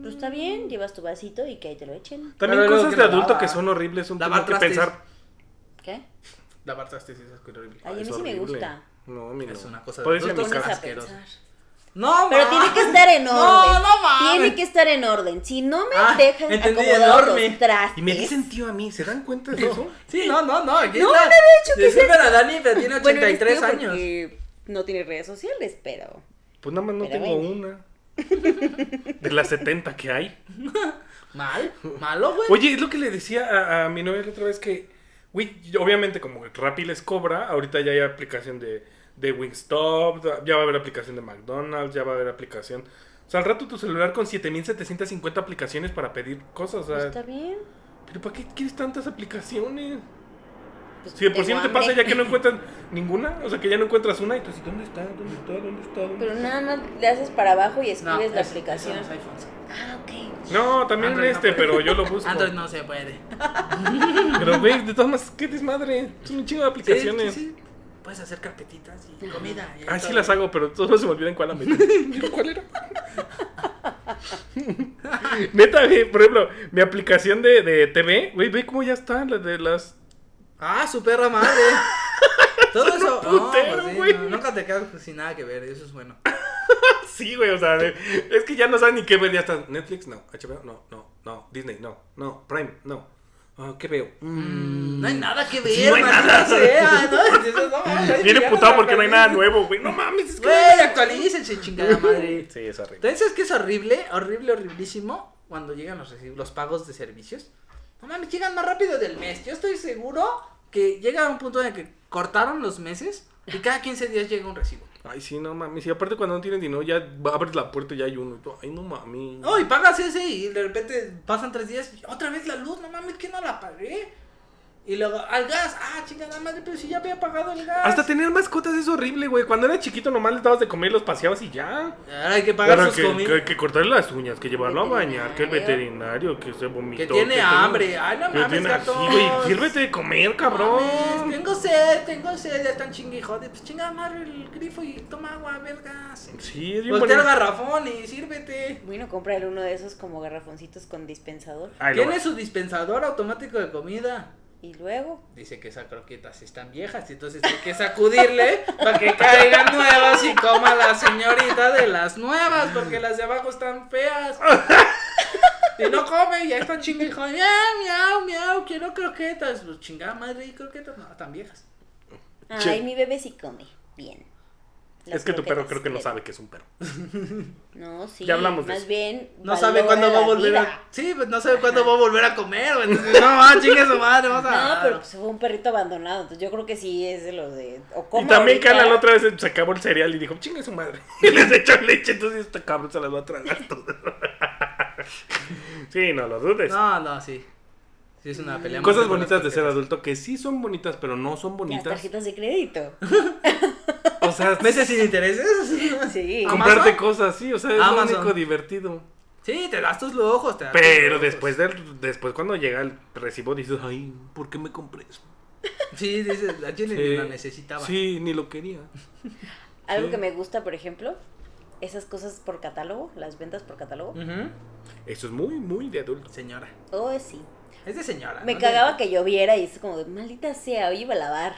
C: Pues
A: Mm.
C: está bien, llevas tu vasito y que ahí te lo echen.
B: También
A: Pero luego
B: cosas
A: que
B: de
A: lo
B: adulto
A: lava.
B: que son horribles. Un
A: Lavar
B: tengo que
A: trastes.
B: pensar.
C: ¿Qué?
A: Lavar trastes es horrible.
C: Ay, a mí
B: es
C: sí me
B: horrible.
C: gusta.
B: No, mira.
A: Es una cosa de
B: Puedes ir a mi
A: adultos.
B: casa.
A: caras asqueroso. No,
C: Pero
A: ma.
C: tiene que estar en
A: <laughs>
C: orden.
A: No, no mames.
C: Tiene que estar en orden. Si no me
A: Ah,
C: dejan
A: entendí,
C: acomodar
A: enorme.
C: los trastes.
B: Y me dicen tío a mí, ¿se dan cuenta de eso?
A: Sí, no, no, no. Aquí
C: No,
A: está.
C: no he dicho que
A: Disculpen a Dani, pero tiene
C: Bueno, eres
A: 83
C: tío
A: años.
C: porque No tiene redes sociales, pero.
B: Pues nada más no
C: Pero
B: tengo
C: bueno.
B: una. De las 70 que hay.
A: Mal, malo, güey.
B: Oye, es lo que le decía a, a mi novia la otra vez que, güey, yo- obviamente como Rappi les cobra, ahorita ya hay aplicación de, de Wingstop, ya va a haber aplicación de McDonald's, ya va a haber aplicación. O sea, al rato tu celular con 7750 aplicaciones para pedir cosas. o sea,
C: Pues Está bien.
B: ¿Pero para qué quieres tantas aplicaciones?
C: Pues
B: Si de por sí
C: tengo
B: no te pasa
C: hambre.
B: ya que no encuentras ninguna, o sea, que ya no encuentras una y tú así, ¿dónde está? ¿Dónde está? ¿Dónde está? ¿Dónde
C: Pero
B: está?
C: nada más le haces para
A: No,
C: abajo y
A: pues,
C: escribes la
A: es-
C: aplicación.
A: eso no es iPhone.
C: Ah, ok.
B: No, también
A: Android no
B: este,
A: puede.
B: pero yo lo busco.
A: Android no se puede.
B: Pero, güey, de todas maneras, qué desmadre. Son un chingo de aplicaciones.
A: Sí, sí, sí. Puedes hacer carpetitas y comida. y
B: Ah, sí
A: todo.
B: las hago, pero todos se me olvidan cuál la metí. <laughs> Pero, ¿Cuál era? Neta, güey, por ejemplo, mi aplicación de, de TV, güey, ve cómo ya está la de las...
A: Ah, su perra
B: <laughs>
A: madre. Todo eso. no,
B: putero,
A: pues sí,
B: güey.
A: no, nunca te quedas sin nada que ver. Eso es bueno.
B: Sí, güey, o sea, de- es que ya no saben ni qué ver, ya está. Netflix, no. HBO, no, no, no. Disney, no, no. Prime, no. Ah, ¿Qué veo? <laughs>
A: Mm, No hay nada que ver,
B: no hay
A: maldita
B: nada. <laughs>
A: sea, no, Dices, no, mames,
B: Viene
A: ya
B: putado
A: me
B: porque no hay nada
A: perdí.
B: nuevo, güey. No mames, es que...
A: Güey, actualícense, chingada madre.
B: Sí, es horrible.
A: Entonces es que es horrible, horrible, horriblísimo cuando llegan los, reci- los pagos de servicios. No mames, llegan más rápido del mes. Yo estoy seguro que llega un punto en el que cortaron los meses y cada 15 días llega un recibo.
B: Ay, sí, no mames. Y aparte cuando no tienes dinero, ya abres la puerta y ya hay uno. Y tú, Ay, no mames.
A: No, y pagas ese y de repente pasan tres días y otra vez la luz, no mames, que no la pagué. Y luego al gas, ah, chingada madre, pero si ya había pagado el gas.
B: Hasta tener mascotas es horrible, güey. Cuando era chiquito nomás le dabas de comer, los paseabas y ya.
A: Ahora hay que pagar
B: Ahora
A: sus
B: que,
A: comidas.
B: que, que cortarle las uñas, que llevarlo a bañar, que el
C: Veterinario.
B: veterinario, que se vomitó.
A: Que tiene
B: tengo-
A: hambre. Ay, no
B: que
A: mames,
B: tiene así,
A: gatos.
B: güey. Sírvete de comer, cabrón.
A: Mames, tengo sed, tengo sed, ya están chingue y jode. Pues chinga, amarra el grifo y toma agua, vergas.
B: Sí, es bien
A: Voltea el
B: bonito.
A: garrafón y sírvete.
C: Bueno, comprar uno de esos como garrafoncitos con dispensador.
B: Ay, lo-
A: Tiene su dispensador automático de comida.
C: Y luego.
A: Dice que esas croquetas están viejas, y entonces hay que sacudirle para que caigan nuevas y coma la señorita de las nuevas, porque las de abajo están
B: <laughs>
A: feas. Y no come, y ahí están chingue y jode. "Ah, miau, miau, quiero croquetas. Pues chingada madre, y croquetas no, están viejas.
C: Ay,
B: Sí.
C: mi bebé sí come. Bien. Las
B: es que tu perro
C: croquetas,
B: creo que no
C: pero-
B: sabe que es un perro.
C: No, sí.
B: Ya hablamos de
C: Más
B: eso.
C: bien.
A: No sabe cuándo va a volver a. Sí, pues no sabe cuándo va a volver a comer. güey. Entonces, no, ah, chingue su madre, vamos a.
C: <laughs> No, pero pues fue un perrito abandonado. Entonces yo creo que sí es de los de. O como
B: y también
C: ahorita-
B: Carla la otra vez se acabó el cereal y dijo, chinga su madre. <laughs> Y les echó leche, entonces esta cabrón se las va a tragar todas. <laughs> sí, no lo dudes.
A: No, no, sí. Sí, es una pelea. muy
B: Cosas
A: buena,
B: bonitas de ser
A: porque-
B: adulto que sí son bonitas, pero no son
C: Las
B: bonitas.
C: tarjetas de crédito.
B: O sea,
A: ¿Meses sin intereses?
C: <laughs> Sí.
A: Como-
B: comprarte
A: Amazon.
B: cosas, sí, o sea, es
A: Amazon.
B: lo único divertido.
A: Sí, te das tus lujos. Te das
B: Pero
A: tus lujos.
B: después del, después cuando llega el recibo dices, ay, ¿por qué me compré eso?
A: Sí, dices, a Chile
B: Sí.
A: la necesitaba.
B: Sí, ni lo quería.
C: Algo
B: Sí.
C: que me gusta, por ejemplo, esas cosas por catálogo, las ventas por catálogo.
A: Ujú.
B: Eso es muy, muy de adulto.
A: Señora.
C: Oh, sí.
A: Es de señora.
C: Me
A: ¿no?
C: cagaba que lloviera y es como de maldita sea, hoy iba a lavar,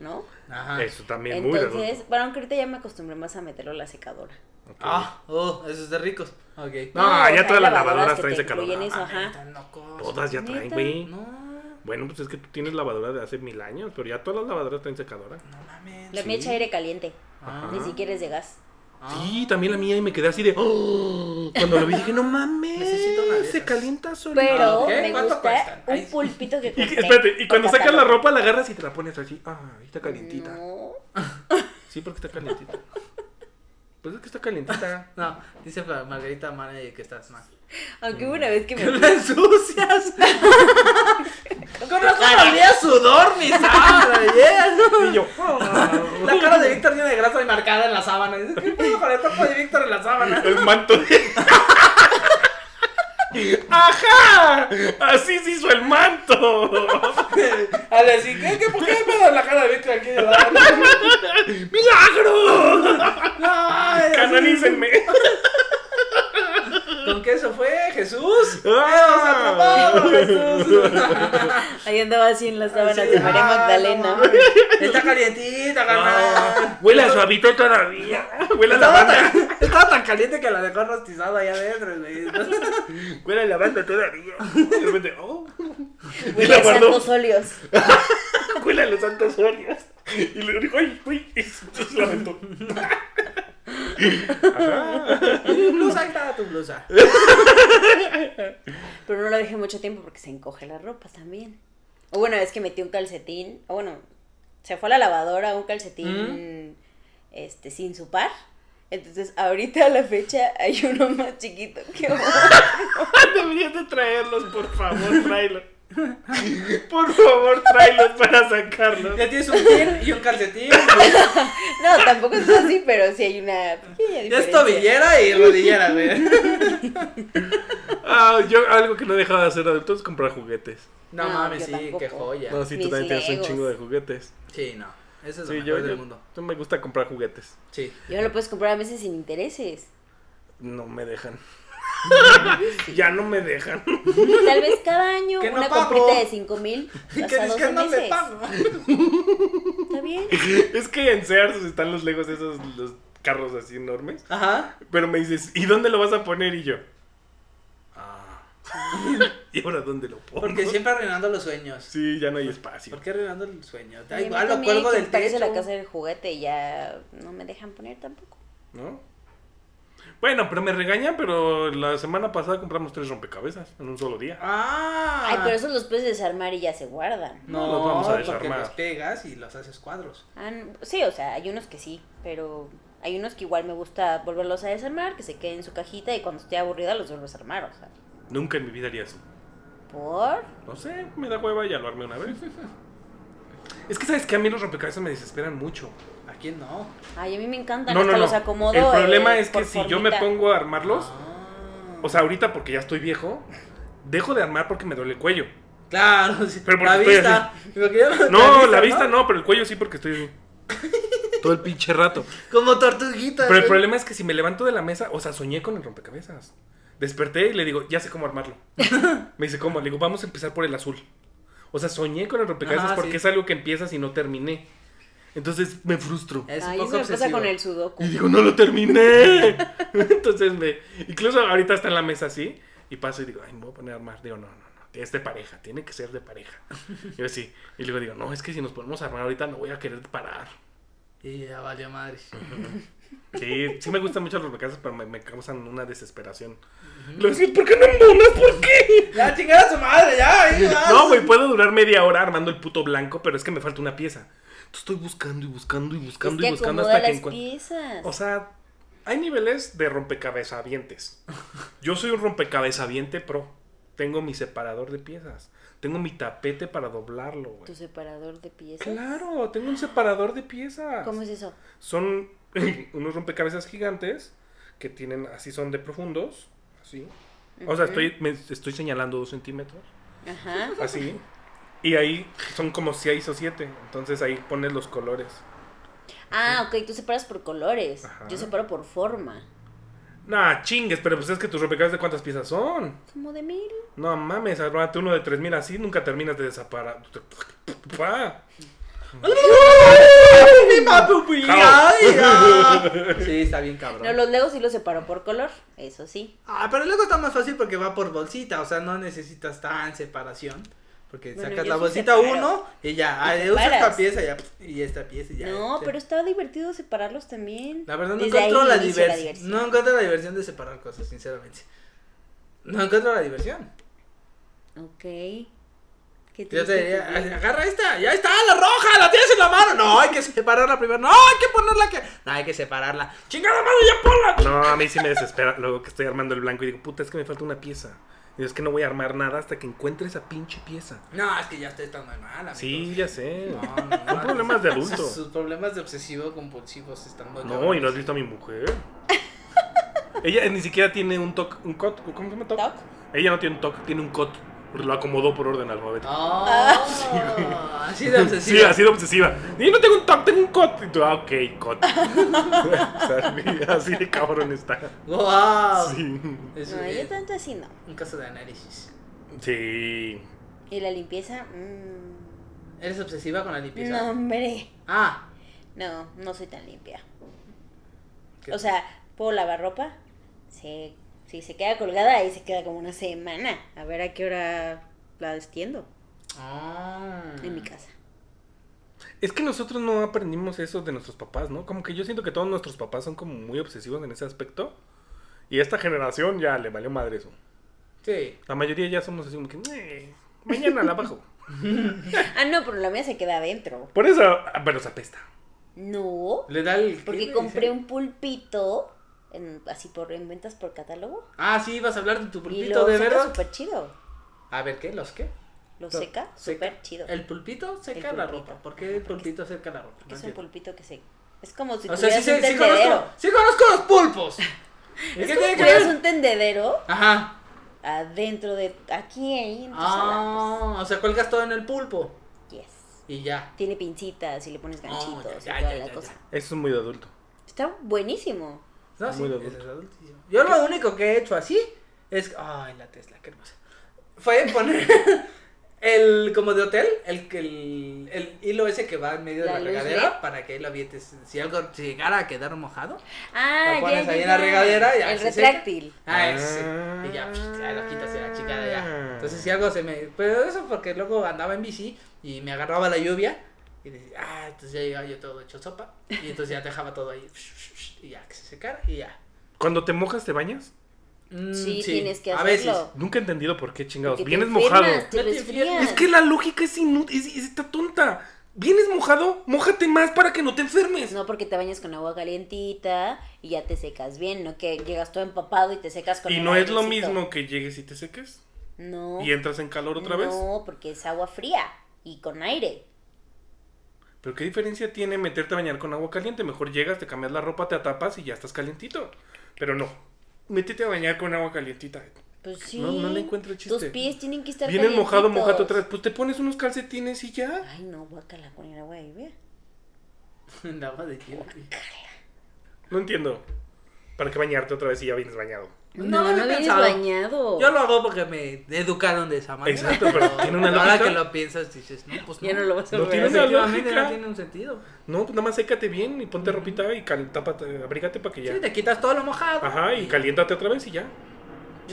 C: ¿no?
A: Ajá.
B: Eso también muy de adulto.
C: Entonces, bueno, aunque ahorita ya me acostumbré más a meterlo a la secadora.
B: Ok.
A: Ah, oh, esos de ricos. Ok.
B: No, ya todas
C: hay
B: las
C: lavadoras
B: lavadoras
C: que
B: traen
C: te
B: secadora.
C: incluyen eso,
A: Ah,
C: Pues, ajá.
A: están locos.
B: Todas ya traen,
C: ¿Neta?
B: güey.
A: No,
B: Bueno, pues es que tú tienes lavadora de hace mil años, pero ya todas las lavadoras traen secadora.
A: no mames.
C: La mía echa aire caliente,
A: Ah.
C: ni siquiera es de gas.
A: Ah.
B: Sí, también la mía y me quedé así de... "Oh", Cuando lo vi dije, no mames,
A: Necesito una de
B: se
A: esas.
B: calienta solo.
C: Pero
A: Ah, ok.
C: me
A: ¿Cuánto
C: gusta
A: cuestan?
C: un
A: Ahí-
C: pulpito
B: <laughs>
C: que
B: Y,
C: compré
B: espérate, y
C: por
B: cuando sacas la
C: Pues, este, catálogo.
B: ropa la agarras y te la pones así. Ah, está calientita.
C: No.
B: Sí, porque está <laughs> calientita. Pues es que está calientita.
A: No, dice Fla- Margarita Mane que estás mal.
B: Mm.
C: Aunque hubo una
A: <laughs>
B: <laughs>
C: vez que me
A: ¡Que la ensucias! <laughs> ¡Con razón olía sudor, mi
B: <laughs>
A: sábana! yeah.
B: Y <laughs> yo...
A: La cara de Víctor tiene de grasa y marcada en la sábana. Dices, ¿Qué pedo con el cuerpo de Víctor en la sábana? <laughs>
B: El manto de... <laughs> ¡Ajá! Así se hizo el manto.
A: A ver, sí, ¿qué, qué, ¿por qué pedo en la cara de Víctor aquí <laughs> en la sábana?
B: <laughs> ¡Milagro!
A: ¡No! ay, así-
B: ¡Canonícenme!
A: ¿Con qué eso fue? ¿Jesús?
B: <laughs> ¡Ah!
A: ¡Atrapado, Jesús! <laughs>
C: Ahí andaba así en las sábanas
A: Sí,
C: de María
A: ah,
C: Magdalena.
A: no mames. Está calientita, carnal.
B: <laughs> Ah, <laughs> Huele a suavito todavía. Huele a
A: Estaba
B: lavanda.
A: tan, estaba tan caliente que la dejó rostizada allá adentro,
B: <laughs>
A: güey.
B: Huele a lavanda todavía. De repente, oh. <laughs>
C: Huele
B: la
C: a
B: guardó.
C: santos óleos.
B: Huele a los santos óleos. Y le dijo, ay, uy. Y entonces la aventó. <laughs> Ajá.
A: Blusa, ahí está tu blusa.
C: Pero no la dejé mucho tiempo porque se encoge la ropa también. O bueno, es que metí un calcetín, o bueno, se fue a la lavadora un calcetín
A: Mm.
C: este sin su par. Entonces, ahorita a la fecha hay <laughs> uno más chiquito que otro.
B: <laughs> Deberías de traerlos, por favor, tráelos. Por favor, tráelos para sacarlos.
A: Ya tienes un pin y un
C: <laughs>
A: calcetín.
C: No, tampoco es así, pero sí hay una pequeña
A: Ya es
C: diferencia.
A: tobillera y rodillera,
C: <laughs>
A: güey.
B: Ah, yo algo que no dejaba de hacer adulto es comprar juguetes.
A: No,
C: No,
A: mames,
C: yo
A: sí,
C: tampoco.
A: qué joya.
B: No, sí, tú
C: Mis
B: también tienes un
C: Legos.
B: chingo de juguetes.
A: Sí, no. Eso es lo
B: Sí,
A: mejor
B: yo,
A: del
B: yo,
A: mundo.
B: yo me gusta comprar juguetes.
A: Sí.
C: Yo lo puedes comprar a veces sin intereses.
B: No me dejan. ya no me dejan. <laughs>
C: Tal vez cada año
A: Que no
C: una
A: pago.
C: comprita de
A: <laughs>
C: 5 mil.
A: Que
C: hasta
A: dices
C: 12
A: que no
C: meses.
A: le pago.
C: Está bien.
B: es que en Sears están los legos esos, los carros así enormes.
A: Ajá.
B: Pero me dices, ¿y dónde lo vas a poner? Y yo. Ah. ¿Y ahora dónde lo pongo?
A: Porque siempre arruinando los sueños.
B: Oh. Sí, ya no hay espacio.
A: ¿Por qué arruinando el sueño? Da
C: Y a mí
A: igual, lo
C: también,
A: cuelgo
C: que
A: del
C: me parece
A: techo.
C: la casa del juguete y ya no me dejan poner tampoco.
B: ¿No? Bueno, pero me regañan, pero la semana pasada compramos tres rompecabezas en un solo día.
A: Ah.
C: Ay, pero esos los puedes desarmar y ya se guardan.
A: No,
B: Los vamos a
A: porque
B: desarmar.
A: los pegas y los haces cuadros.
C: Ah, no, sí, o sea, hay unos que sí, pero hay unos que igual me gusta volverlos a desarmar, que se queden en su cajita y cuando esté aburrida los vuelves a armar, o sea.
B: Nunca en mi vida haría eso.
C: ¿Por?
B: No sé, me da hueva y lo armé una vez. Es que sabes que a mí los rompecabezas me desesperan mucho.
A: ¿A quién no?
C: Ay, a mí me encantan,
B: No,
C: hasta
B: no, no.
C: los acomodo.
B: El problema
C: eh,
B: es que
C: por
B: si yo me
C: formita.
B: pongo a armarlos,
A: Ah.
B: o sea, ahorita porque ya estoy viejo, dejo de armar porque me duele el cuello.
A: Claro, sí.
B: Pero porque
A: la
B: estoy
A: vista. <laughs> Porque yo-
B: No, la vista no, pero el cuello sí porque estoy así. todo el pinche rato.
A: Como tortuguita.
B: Pero el
A: güey.
B: problema es que si me levanto de la mesa, o sea, soñé con el rompecabezas. Desperté y le digo, ya sé cómo armarlo.
A: <laughs>
B: Me dice, ¿cómo? Le digo, vamos a empezar por el azul. O sea, soñé con el rompecabezas
A: Ajá,
B: porque
A: sí.
B: es algo que empiezas y no terminé. Entonces me frustro.
A: Es un
C: Ay,
A: poco
C: eso me pasa
A: obsesivo.
C: con el sudoku.
B: Y digo, no lo terminé. <laughs> Entonces me. Incluso ahorita está en la mesa así. Y paso y digo, ay, me voy a poner a armar. Digo, no, no, no. Es de pareja. Tiene
A: <laughs>
B: que ser de pareja. Yo así. Y luego digo, no, es que si nos ponemos a armar ahorita no voy a querer parar.
A: Y ya valió madre.
B: Sí, sí me gustan mucho los rompecabezas, pero me, me causan una desesperación. Lo decía, ¿por qué no embonas? ¿Por qué?
A: Ya chingar a su madre, ya. ahí vas.
B: No, güey, puedo durar media hora armando el puto blanco, pero es que me falta una pieza. Entonces estoy buscando y buscando y
C: Es
B: buscando
C: que
B: y buscando
C: acomoda
B: hasta que
C: las
B: encuentro.
C: piezas.
B: O sea, hay niveles de rompecabezas Yo soy un rompecabezaviente pro. Tengo mi separador de piezas. Tengo mi tapete para doblarlo,
C: tu
B: güey.
C: separador de piezas.
B: Claro, tengo un separador de piezas.
C: ¿Cómo es eso?
B: Son <laughs> unos rompecabezas gigantes que tienen, así son de profundos, así. O sea, estoy, me estoy señalando dos centímetros,
C: Ajá.
B: así. Y ahí son como seis o siete. Entonces ahí pones los colores.
C: Ah, ok, tú separas por colores.
B: Ajá.
C: Yo separo por forma.
B: Nah, chingues, pero pues es que tus rompecabezas de cuántas piezas son.
C: Como de mil.
B: No mames, armate uno de 3000 así, nunca terminas de desaparar. Pa.
A: Mi papupi, ay, ah. Sí, está bien cabrón.
C: No, los legos sí los separo por color, eso sí.
A: Ah, pero luego está más fácil porque va por bolsita, o sea, no necesitas tan separación. Porque
C: Bueno,
A: sacas
C: yo
A: la
C: sí
A: bolsita
C: separo.
A: uno y ya, ah,
C: Y
A: usa esta
C: separas.
A: pieza y ya, pf, y esta pieza y ya.
C: no,
A: ya.
C: pero estaba divertido separarlos también.
A: La verdad no
C: Desde
A: encuentro
C: ahí
A: la,
C: inicia
A: divers- No encuentro la diversión de separar cosas, sinceramente. No encuentro la diversión.
C: Ok. ¿Qué
A: Yo
C: triste
A: te diría,
C: tu vida.
A: "Ay, agarra esta, ya está, la roja, la tienes en la mano. No, hay que separarla primero. No, hay que ponerla que. No, hay que separarla. ¡Chingada madre, ya ponla!
B: No, a mí sí me desespera luego que estoy armando el blanco y digo, puta, es que me falta una pieza. Y es que no voy a armar nada hasta que encuentre esa pinche pieza.
A: No, es que ya está muy mal, amigos.
B: Sí, ya sé.
A: No, no, no.
B: Son problemas de adulto.
A: Sus, sus problemas de obsesivo compulsivos están muy
B: No,
A: cabrones.
B: y no has visto a mi mujer. <laughs> Ella ni siquiera tiene un toc, un cot, ¿cómo se llama toc?
C: ¿Toc?
B: Ella no tiene un toc, tiene un cot. Lo acomodó por orden alfabético.
C: <laughs>
A: Ah, Oh, así de
B: Sí,
A: obsesivo.
B: ha sido obsesiva. Y no tengo un toc, tengo un cot. Y tú, ah, ok, <laughs> cot. O sea, así de cabrón está.
A: Wow.
B: Sí.
A: Eso
C: No, yo
A: es
C: tanto así no.
A: un caso de análisis.
B: Sí.
C: Y la limpieza, mm,
A: ¿Eres obsesiva con la limpieza?
C: no, hombre.
A: Ah.
C: No, no soy tan limpia.
A: ¿qué?
C: O sea, puedo lavar ropa. Sí, si se queda colgada ahí se queda como una semana. A ver a qué hora la destiendo
A: Ah.
C: en mi casa.
B: Es que nosotros no aprendimos eso de nuestros papás, ¿no? Como que yo siento que todos nuestros papás son como muy obsesivos en ese aspecto. Y esta generación ya le valió madre eso.
A: Sí.
B: La mayoría ya somos así como que, "Eh, mañana la bajo.
C: Ah, no, pero la mía se queda adentro.
B: Por eso, ah, pero se apesta.
C: No,
A: Le da el. ¿qué
C: porque
A: le
C: compré
A: dice?
C: un pulpito en- así por en ventas por catálogo.
A: Ah, sí, vas a hablar de tu
C: y
A: pulpito
C: lo
A: de
C: seca
A: verdad.
C: súper chido.
A: A ver, ¿qué? ¿Los qué?
C: Lo
A: To-
C: seca súper chido.
A: El pulpito seca
C: El
A: la
C: pulpito.
A: ropa. ¿Por qué el pulpito seca la ropa?
C: Porque
A: No
C: es un
A: entiendo.
C: pulpito que se... Es como si
A: O sea, sí,
C: tuvieras
A: sé-
C: un
A: sí
C: tendedero.
A: conozco, sí conozco los pulpos. ¿Y qué
C: Es como si
A: tiene que
C: tuvieras
A: ver?
C: un tendedero
A: Ajá.
C: adentro de... Aquí, ahí, en tu sala.
A: Ah, o sea, cuelgas todo en el pulpo.
C: pues, yes.
A: Y ya.
C: Tiene pincitas y le pones ganchitos
A: Ah, ya,
C: y
A: ya,
C: toda
A: ya,
C: la
A: ya,
C: cosa.
B: Eso es muy de adulto.
C: Está buenísimo.
A: No, Ah,
B: Muy
A: sí,
B: de
A: ese
B: adulto.
A: es adultísimo. Yo lo único que he hecho así es. Ay, la Tesla, qué hermosa. Fue poner <laughs> el. como de hotel, el, el, el hilo ese que va en medio de
C: La
A: la
C: luz
A: regadera
C: LED.
A: para que ahí lo avientes. Si algo llegara a quedar mojado,
C: Ah,
A: lo
C: ya,
A: pones
C: ya,
A: ahí en la
C: ya.
A: regadera y
C: El
A: así se
C: retráctil.
A: Ah, ese. Y ya, pf, ya lo quitas de la chingada ya. Entonces, si algo se me. Pero eso porque luego andaba en bici y me agarraba la lluvia. Y decía, ah, entonces ya llegaba yo todo hecho sopa. Y entonces ya dejaba todo ahí. Y ya, que se secara y ya.
B: Cuando te mojas, te bañas.
A: Mm,
C: Sí, tienes que
A: a
C: hacerlo.
A: veces.
B: Nunca he entendido por qué chingados.
C: Porque te
B: Vienes
C: enfermas,
B: mojado.
C: Te
A: No te
C: resfrías.
B: Es que la lógica es inútil, es, es- está tonta. Vienes mojado, mójate más para que no te enfermes.
C: No porque te bañas con agua calientita y ya te secas bien, no que llegas todo empapado y te secas con
B: Y
C: el
B: no es lo
C: airecito.
B: mismo que llegues y te seques
C: No.
B: y entras en calor otra vez.
C: No, porque es agua fría y con aire.
B: Pero qué diferencia tiene meterte a bañar con agua caliente. Mejor llegas, te cambias la ropa, te atapas y ya estás calientito. Pero no, métete a bañar con agua calientita.
C: Pues sí.
B: No, no le encuentro el
C: Tus
B: chiste.
C: pies tienen que estar
B: Vienes mojado,
C: calientitos.
B: mojate otra vez. Pues te pones unos calcetines y ya.
C: Ay, no, guácala con el agua de lluvia.
A: Andaba de lluvia.
B: No entiendo. ¿Para qué bañarte otra vez si ya vienes bañado?
A: No, no
C: no,
A: lo he
C: vienes
A: pensado.
C: bañado.
A: Yo lo hago porque me educaron de esa manera.
B: Exacto, pero tiene una
A: Ahora
B: lógica.
A: que lo piensas, dices, no, pues no.
C: Ya no lo vas a
B: No
C: ver.
B: tiene-
A: Efectivamente,
B: lógica.
A: no tiene un sentido.
B: No, pues nada más sécate bien y ponte ropita y cal- tápate, abrígate para que ya.
A: Sí, te quitas todo lo mojado.
B: Ajá, y caliéntate otra vez y ya.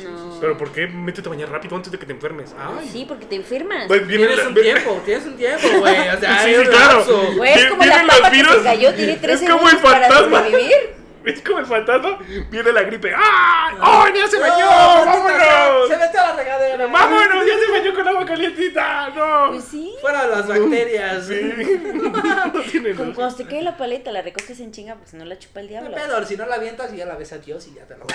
C: No.
B: ¿Pero por qué? Métete a bañar rápido antes de que te enfermes. Ay. Pues,
C: Sí, porque te enfermas.
B: Güey, viene
A: Tienes
B: la-
A: un
B: ve-
A: tiempo, tienes un tiempo, güey. O sea,
B: <laughs> Sí,
A: hay
B: sí,
A: un
B: claro.
A: lapso.
C: Güey, es
B: Vi-
C: como la
B: vienen los
C: papa que se
B: virus.
C: cayó, tiene tres
B: Es como
C: segundos
B: el
C: para
B: fantasma.
C: sobrevivir.
B: Es como el fantasma. Viene la gripe. ¡Ay! ¡Ay, ya se
A: Ah. No,
B: bañó!
A: maldita
B: ¡Vámonos!
A: sea, Se metió a la regadera.
B: ¡Vámonos! ¡Ya se bañó con agua calientita! ¡No!
C: Pues
B: <laughs>
C: sí.
A: Fuera las bacterias.
B: Sí. <laughs> no tiene
C: Como
B: luz.
C: cuando se te cae la paleta, la recoges en chinga, pues no la chupa el
A: No
C: diablo.
A: pedo, si no la avientas y ya la ves a Dios y ya te lo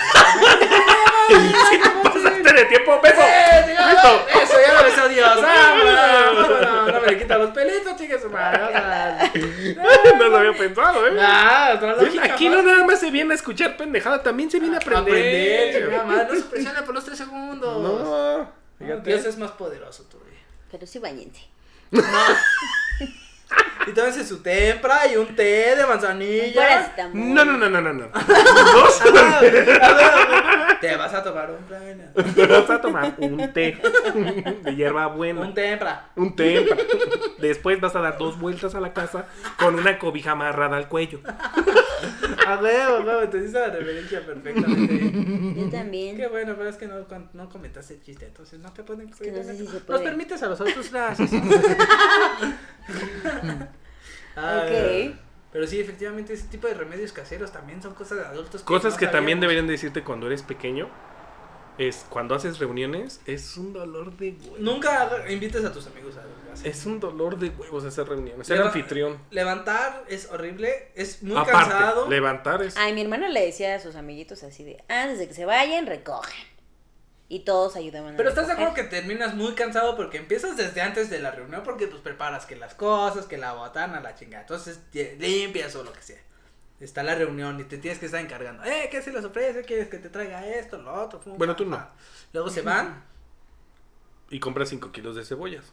B: Si te pasaste de tiempo, beso.
A: ¡Eh, señor!
B: Listo.
A: Eso, ya lo besó Dios. <laughs> ¡Ah, bueno, bueno, no me le quita los pelitos, chique su madre. O sea,
B: <laughs> No lo había pensado, ¿eh?
A: ah, otra
B: Ven,
A: lógica,
B: Aquí no nada más se viene a escuchar pendejada, también se viene a aprender.
A: chingada madre. No se presione por los tres segundos.
B: No,
A: No,
B: fíjate.
A: Dios es más poderoso todavía.
C: Pero sí bañense.
A: Y tómense su tempra y un té de manzanilla.
C: Paracetamol.
B: No, no, no, no, no, no. Dos.
A: Ah, ah, Te vas a tomar un plan.
B: Te vas a tomar un té <laughs> de hierba
A: Un
B: buena.
A: tempra.
B: Un té. Después vas a dar dos vueltas a la casa con una cobija amarrada al cuello.
A: A huevo, a huevo, te hice la referencia perfectamente.
C: Yo
A: Qué
C: también.
A: bueno, pero es que no, con- no comentaste el chiste, entonces no te pueden
C: que no sé si se
A: Nos
C: puede.
A: permites a los
C: <laughs>
A: otros,
B: <laughs>
A: gracias. Ah,
C: Ok.
A: Pero sí, efectivamente, ese tipo de remedios caseros también son cosas de adultos.
B: Cosas
A: no
B: que también
A: sabíamos.
B: deberían decirte cuando eres pequeño. Es cuando haces reuniones, es un dolor de huevos.
A: Nunca invites a tus amigos a algo así.
B: Es un dolor de huevos hacer reuniones. Ser
A: Leva-
B: anfitrión.
A: Levantar es horrible, es muy
B: Aparte,
A: cansado.
B: levantar es.
C: Ay, mi hermana le decía a sus amiguitos así de, antes de que se vayan, recojan. Y todos ayudaban a
A: Pero estás de acuerdo
C: recoger.
A: que terminas muy cansado porque empiezas desde antes de la reunión porque pues preparas que las cosas, que la botana, la chingada. Entonces ye- limpias o lo que sea. Está la reunión y te tienes que estar encargando. Eh, ¿qué se les ofrece? ¿Quieres que te traiga esto, lo otro? Fum,
B: Bueno,
A: pam,
B: tú no.
A: pam. Luego se van.
B: Y compras 5 kilos de cebollas.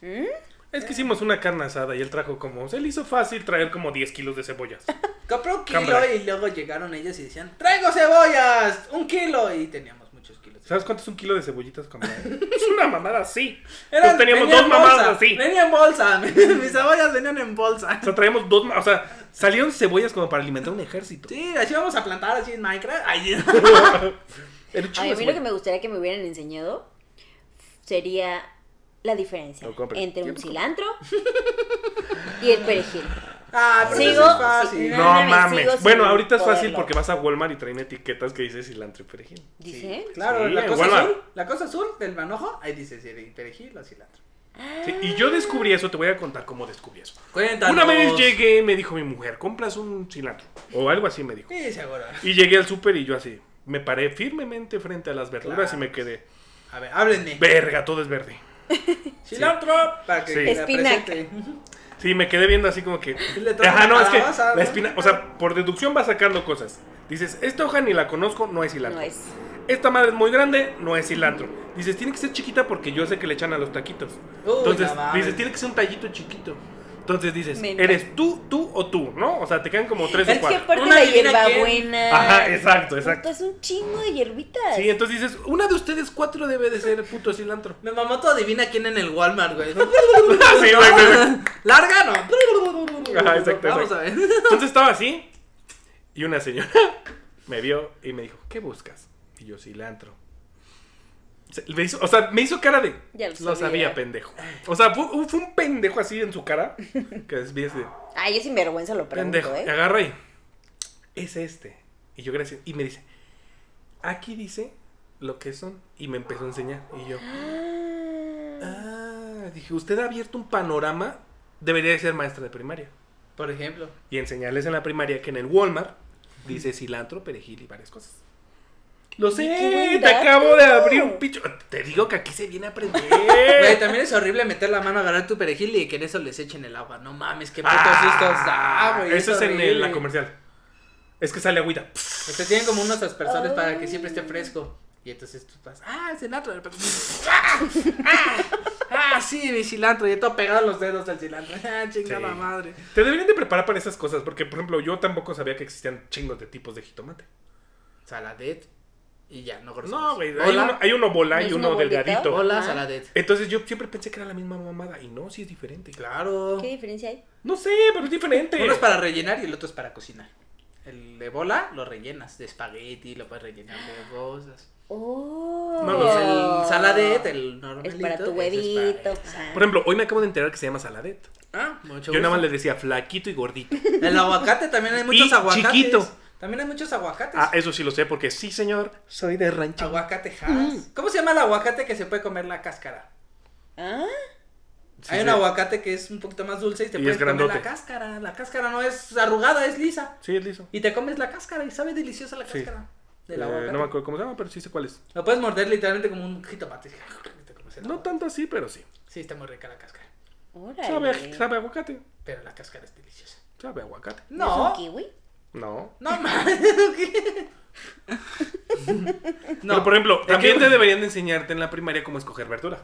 C: ¿Mm?
B: Es que hicimos una carne asada y él trajo como. Se le hizo fácil traer como 10 kilos de cebollas.
A: Compré un kilo
B: Cámara.
A: y luego llegaron ellos y decían, traigo cebollas, un kilo. Y teníamos muchos kilos.
B: ¿Sabes cuánto es un kilo de cebollitas comprar? es una mamada así.
A: Eran-
B: Nosotros pues, teníamos
A: venía
B: dos
A: en
B: mamadas
A: bolsa,
B: así.
A: Venía en bolsa. <laughs> Mis cebollas venían en bolsa.
B: O sea, traíamos dos. ma- O sea, salieron cebollas como para alimentar un ejército.
A: Sí, así vamos a plantar así en Minecraft. Ay,
B: <laughs>
A: <laughs>
B: Era un chingo de
C: Ay, a mí lo que
B: cebolla.
C: me gustaría que me hubieran enseñado sería la diferencia
B: No compres.
C: entre
B: Yo
C: un
B: no
C: cilantro y el perejil.
A: Ah, pero
C: Sigo,
A: eso es fácil.
C: sí,
B: No
C: Perdóname, sigo
B: mames.
C: sin
B: Bueno, ahorita es fácil
C: poderlo.
B: porque vas a Walmart y traen etiquetas que dice cilantro y perejil.
C: Dice.
A: Claro,
B: Sí,
A: la cosa
B: Walmart.
A: azul, la cosa azul del manojo, ahí dice si de perejil o cilantro.
B: Sí, y yo descubrí eso, te voy a contar cómo descubrí eso.
A: Cuéntanos.
B: Una vez llegué y me dijo mi mujer, compras un cilantro. O algo así me dijo.
A: Sí, seguro.
B: Y llegué al súper y yo así. Me paré firmemente frente a las verduras
A: Claro.
B: y me quedé.
A: A ver, háblenme.
B: Verga, todo es verde.
A: Cilantro para que
B: Sí.
A: la
B: <laughs>
C: Espinaca.
A: presente.
B: Sí, me quedé viendo así como
A: <laughs>
B: que.
A: Y le toca
B: Ajá, no, es que
A: calabaza, ¿no?
B: la espina. O sea, por deducción vas sacando cosas. Dices, esta hoja ni la conozco, no es cilantro.
C: No es.
B: Esta madre es muy grande, no es cilantro. Dices, tiene que ser chiquita porque yo sé que le echan a los taquitos.
A: Uy,
B: Entonces,
A: no mames.
B: dices, tiene que ser un tallito chiquito. Entonces dices,
C: Me
B: ¿eres tú, tú o tú? ¿No? O sea, te quedan como tres o
C: Es que
B: cuatro.
C: aparte
A: Una
C: la
A: adivina
C: hierbabuena.
B: Ajá, exacto, exacto.
C: Puta, Es un chingo de hierbitas.
B: Sí, entonces dices, una de ustedes cuatro debe de ser puto cilantro.
A: Me mamó todo adivina quién en el Walmart, güey. <laughs>
B: <laughs> Sí, exacto, exacto.
A: Larga, no.
B: Ajá, exacto,
A: Vamos
B: exacto.
A: a ver. <laughs>
B: Entonces estaba así y una señora <laughs> me vio y me dijo, ¿qué buscas? Y yo, cilantro. Se- me hizo- o sea, me hizo cara de...
C: Ya lo
B: lo
C: sabía".
B: sabía, pendejo. O sea, fue, fue un pendejo así en su cara que es bien así
C: <laughs>
B: de,
C: Ay, yo sin vergüenza lo pregunto,
B: pendejo. Y
C: ¿eh?
B: agarra y... Es este. Y yo, gracias. Y me dice, aquí dice lo que son. Y me empezó a enseñar. Y yo...
C: Ah.
B: Ah, dije, usted ha abierto un panorama, debería de ser maestra de primaria.
A: Por ejemplo.
B: Y enseñarles en la primaria que en el Walmart dice cilantro, perejil y varias cosas. Lo
C: qué
B: sé,
C: buen
B: te acabo de
C: dato.
B: abrir un picho. Te digo que aquí se viene a aprender.
A: <laughs> Güey, también es horrible meter la mano, agarrar tu perejil y que en eso les echen el agua. No mames, qué puto susto da, güey.
B: Ah, Eso es en el- la
A: horrible.
B: comercial. Es que sale agüita.
A: O sea, tienen como unos aspersores
C: Ay.
A: para que siempre esté fresco. Y entonces tú vas, ah, cilantro. de repente, Ah, ah, ah, sí, mi cilantro. Y todo pegado en los dedos del cilantro. <laughs> Ah, chingada
B: Sí.
A: madre.
B: Te deberían de preparar para esas cosas, porque por ejemplo yo tampoco sabía que existían chingos de tipos de jitomate.
A: Saladet. Y ya, no groseros.
B: No, güey, hay
A: Hola,
B: uno, hay uno bola
C: ¿No
B: y
C: es
B: uno
C: una bolita?
B: delgadito.
A: hola,
C: Ajá.
A: saladet.
B: Entonces yo siempre pensé que era la misma mamada y no, sí es diferente.
A: Claro.
C: ¿Qué diferencia hay?
B: No sé, pero es diferente.
A: Uno es para rellenar y el otro es para cocinar. El de bola lo rellenas de espagueti, lo puedes rellenar de cosas.
C: Oh.
B: No,
A: Pues el saladet, el normalito.
C: Es para tu
A: ese es para-
C: huevito. Ah. ajá.
B: Por ejemplo, hoy me acabo de enterar que se llama saladet.
A: Ah, mucho
B: Yo nada
A: gusto.
B: más le decía flaquito y gordito.
A: El aguacate también hay muchos
B: Y
A: aguacates.
B: chiquito.
A: También hay muchos aguacates.
B: Ah, eso sí lo sé porque sí, señor, soy de rancho.
A: Aguacate Hass. ¿Cómo se llama el aguacate que se puede comer la cáscara?
C: ¿Ah?
B: Sí,
A: hay un
B: sí.
A: aguacate que es un poquito más dulce y te
B: Y
A: puedes
B: es
A: comer la
B: grandote.
A: cáscara. La cáscara no es arrugada, es lisa.
B: Sí, es liso.
A: Y te comes la cáscara y sabe deliciosa la
B: Sí.
A: cáscara del
B: Eh,
A: aguacate.
B: no me acuerdo cómo se llama, pero sí sé cuál es.
A: Lo puedes morder literalmente como un jitomate. y te comes el
B: No
A: aguacate.
B: tanto así, pero sí.
A: Sí, está muy rica la cáscara.
C: Órale.
B: Sabe, a- sabe a aguacate.
A: Pero la cáscara es deliciosa.
B: Sabe a aguacate.
A: No.
C: ¿Es un kiwi?
B: No.
A: No
B: <laughs>
A: mames. ¿qué?
B: No. Pero, por ejemplo, también te deberían de enseñarte en la primaria cómo escoger verdura.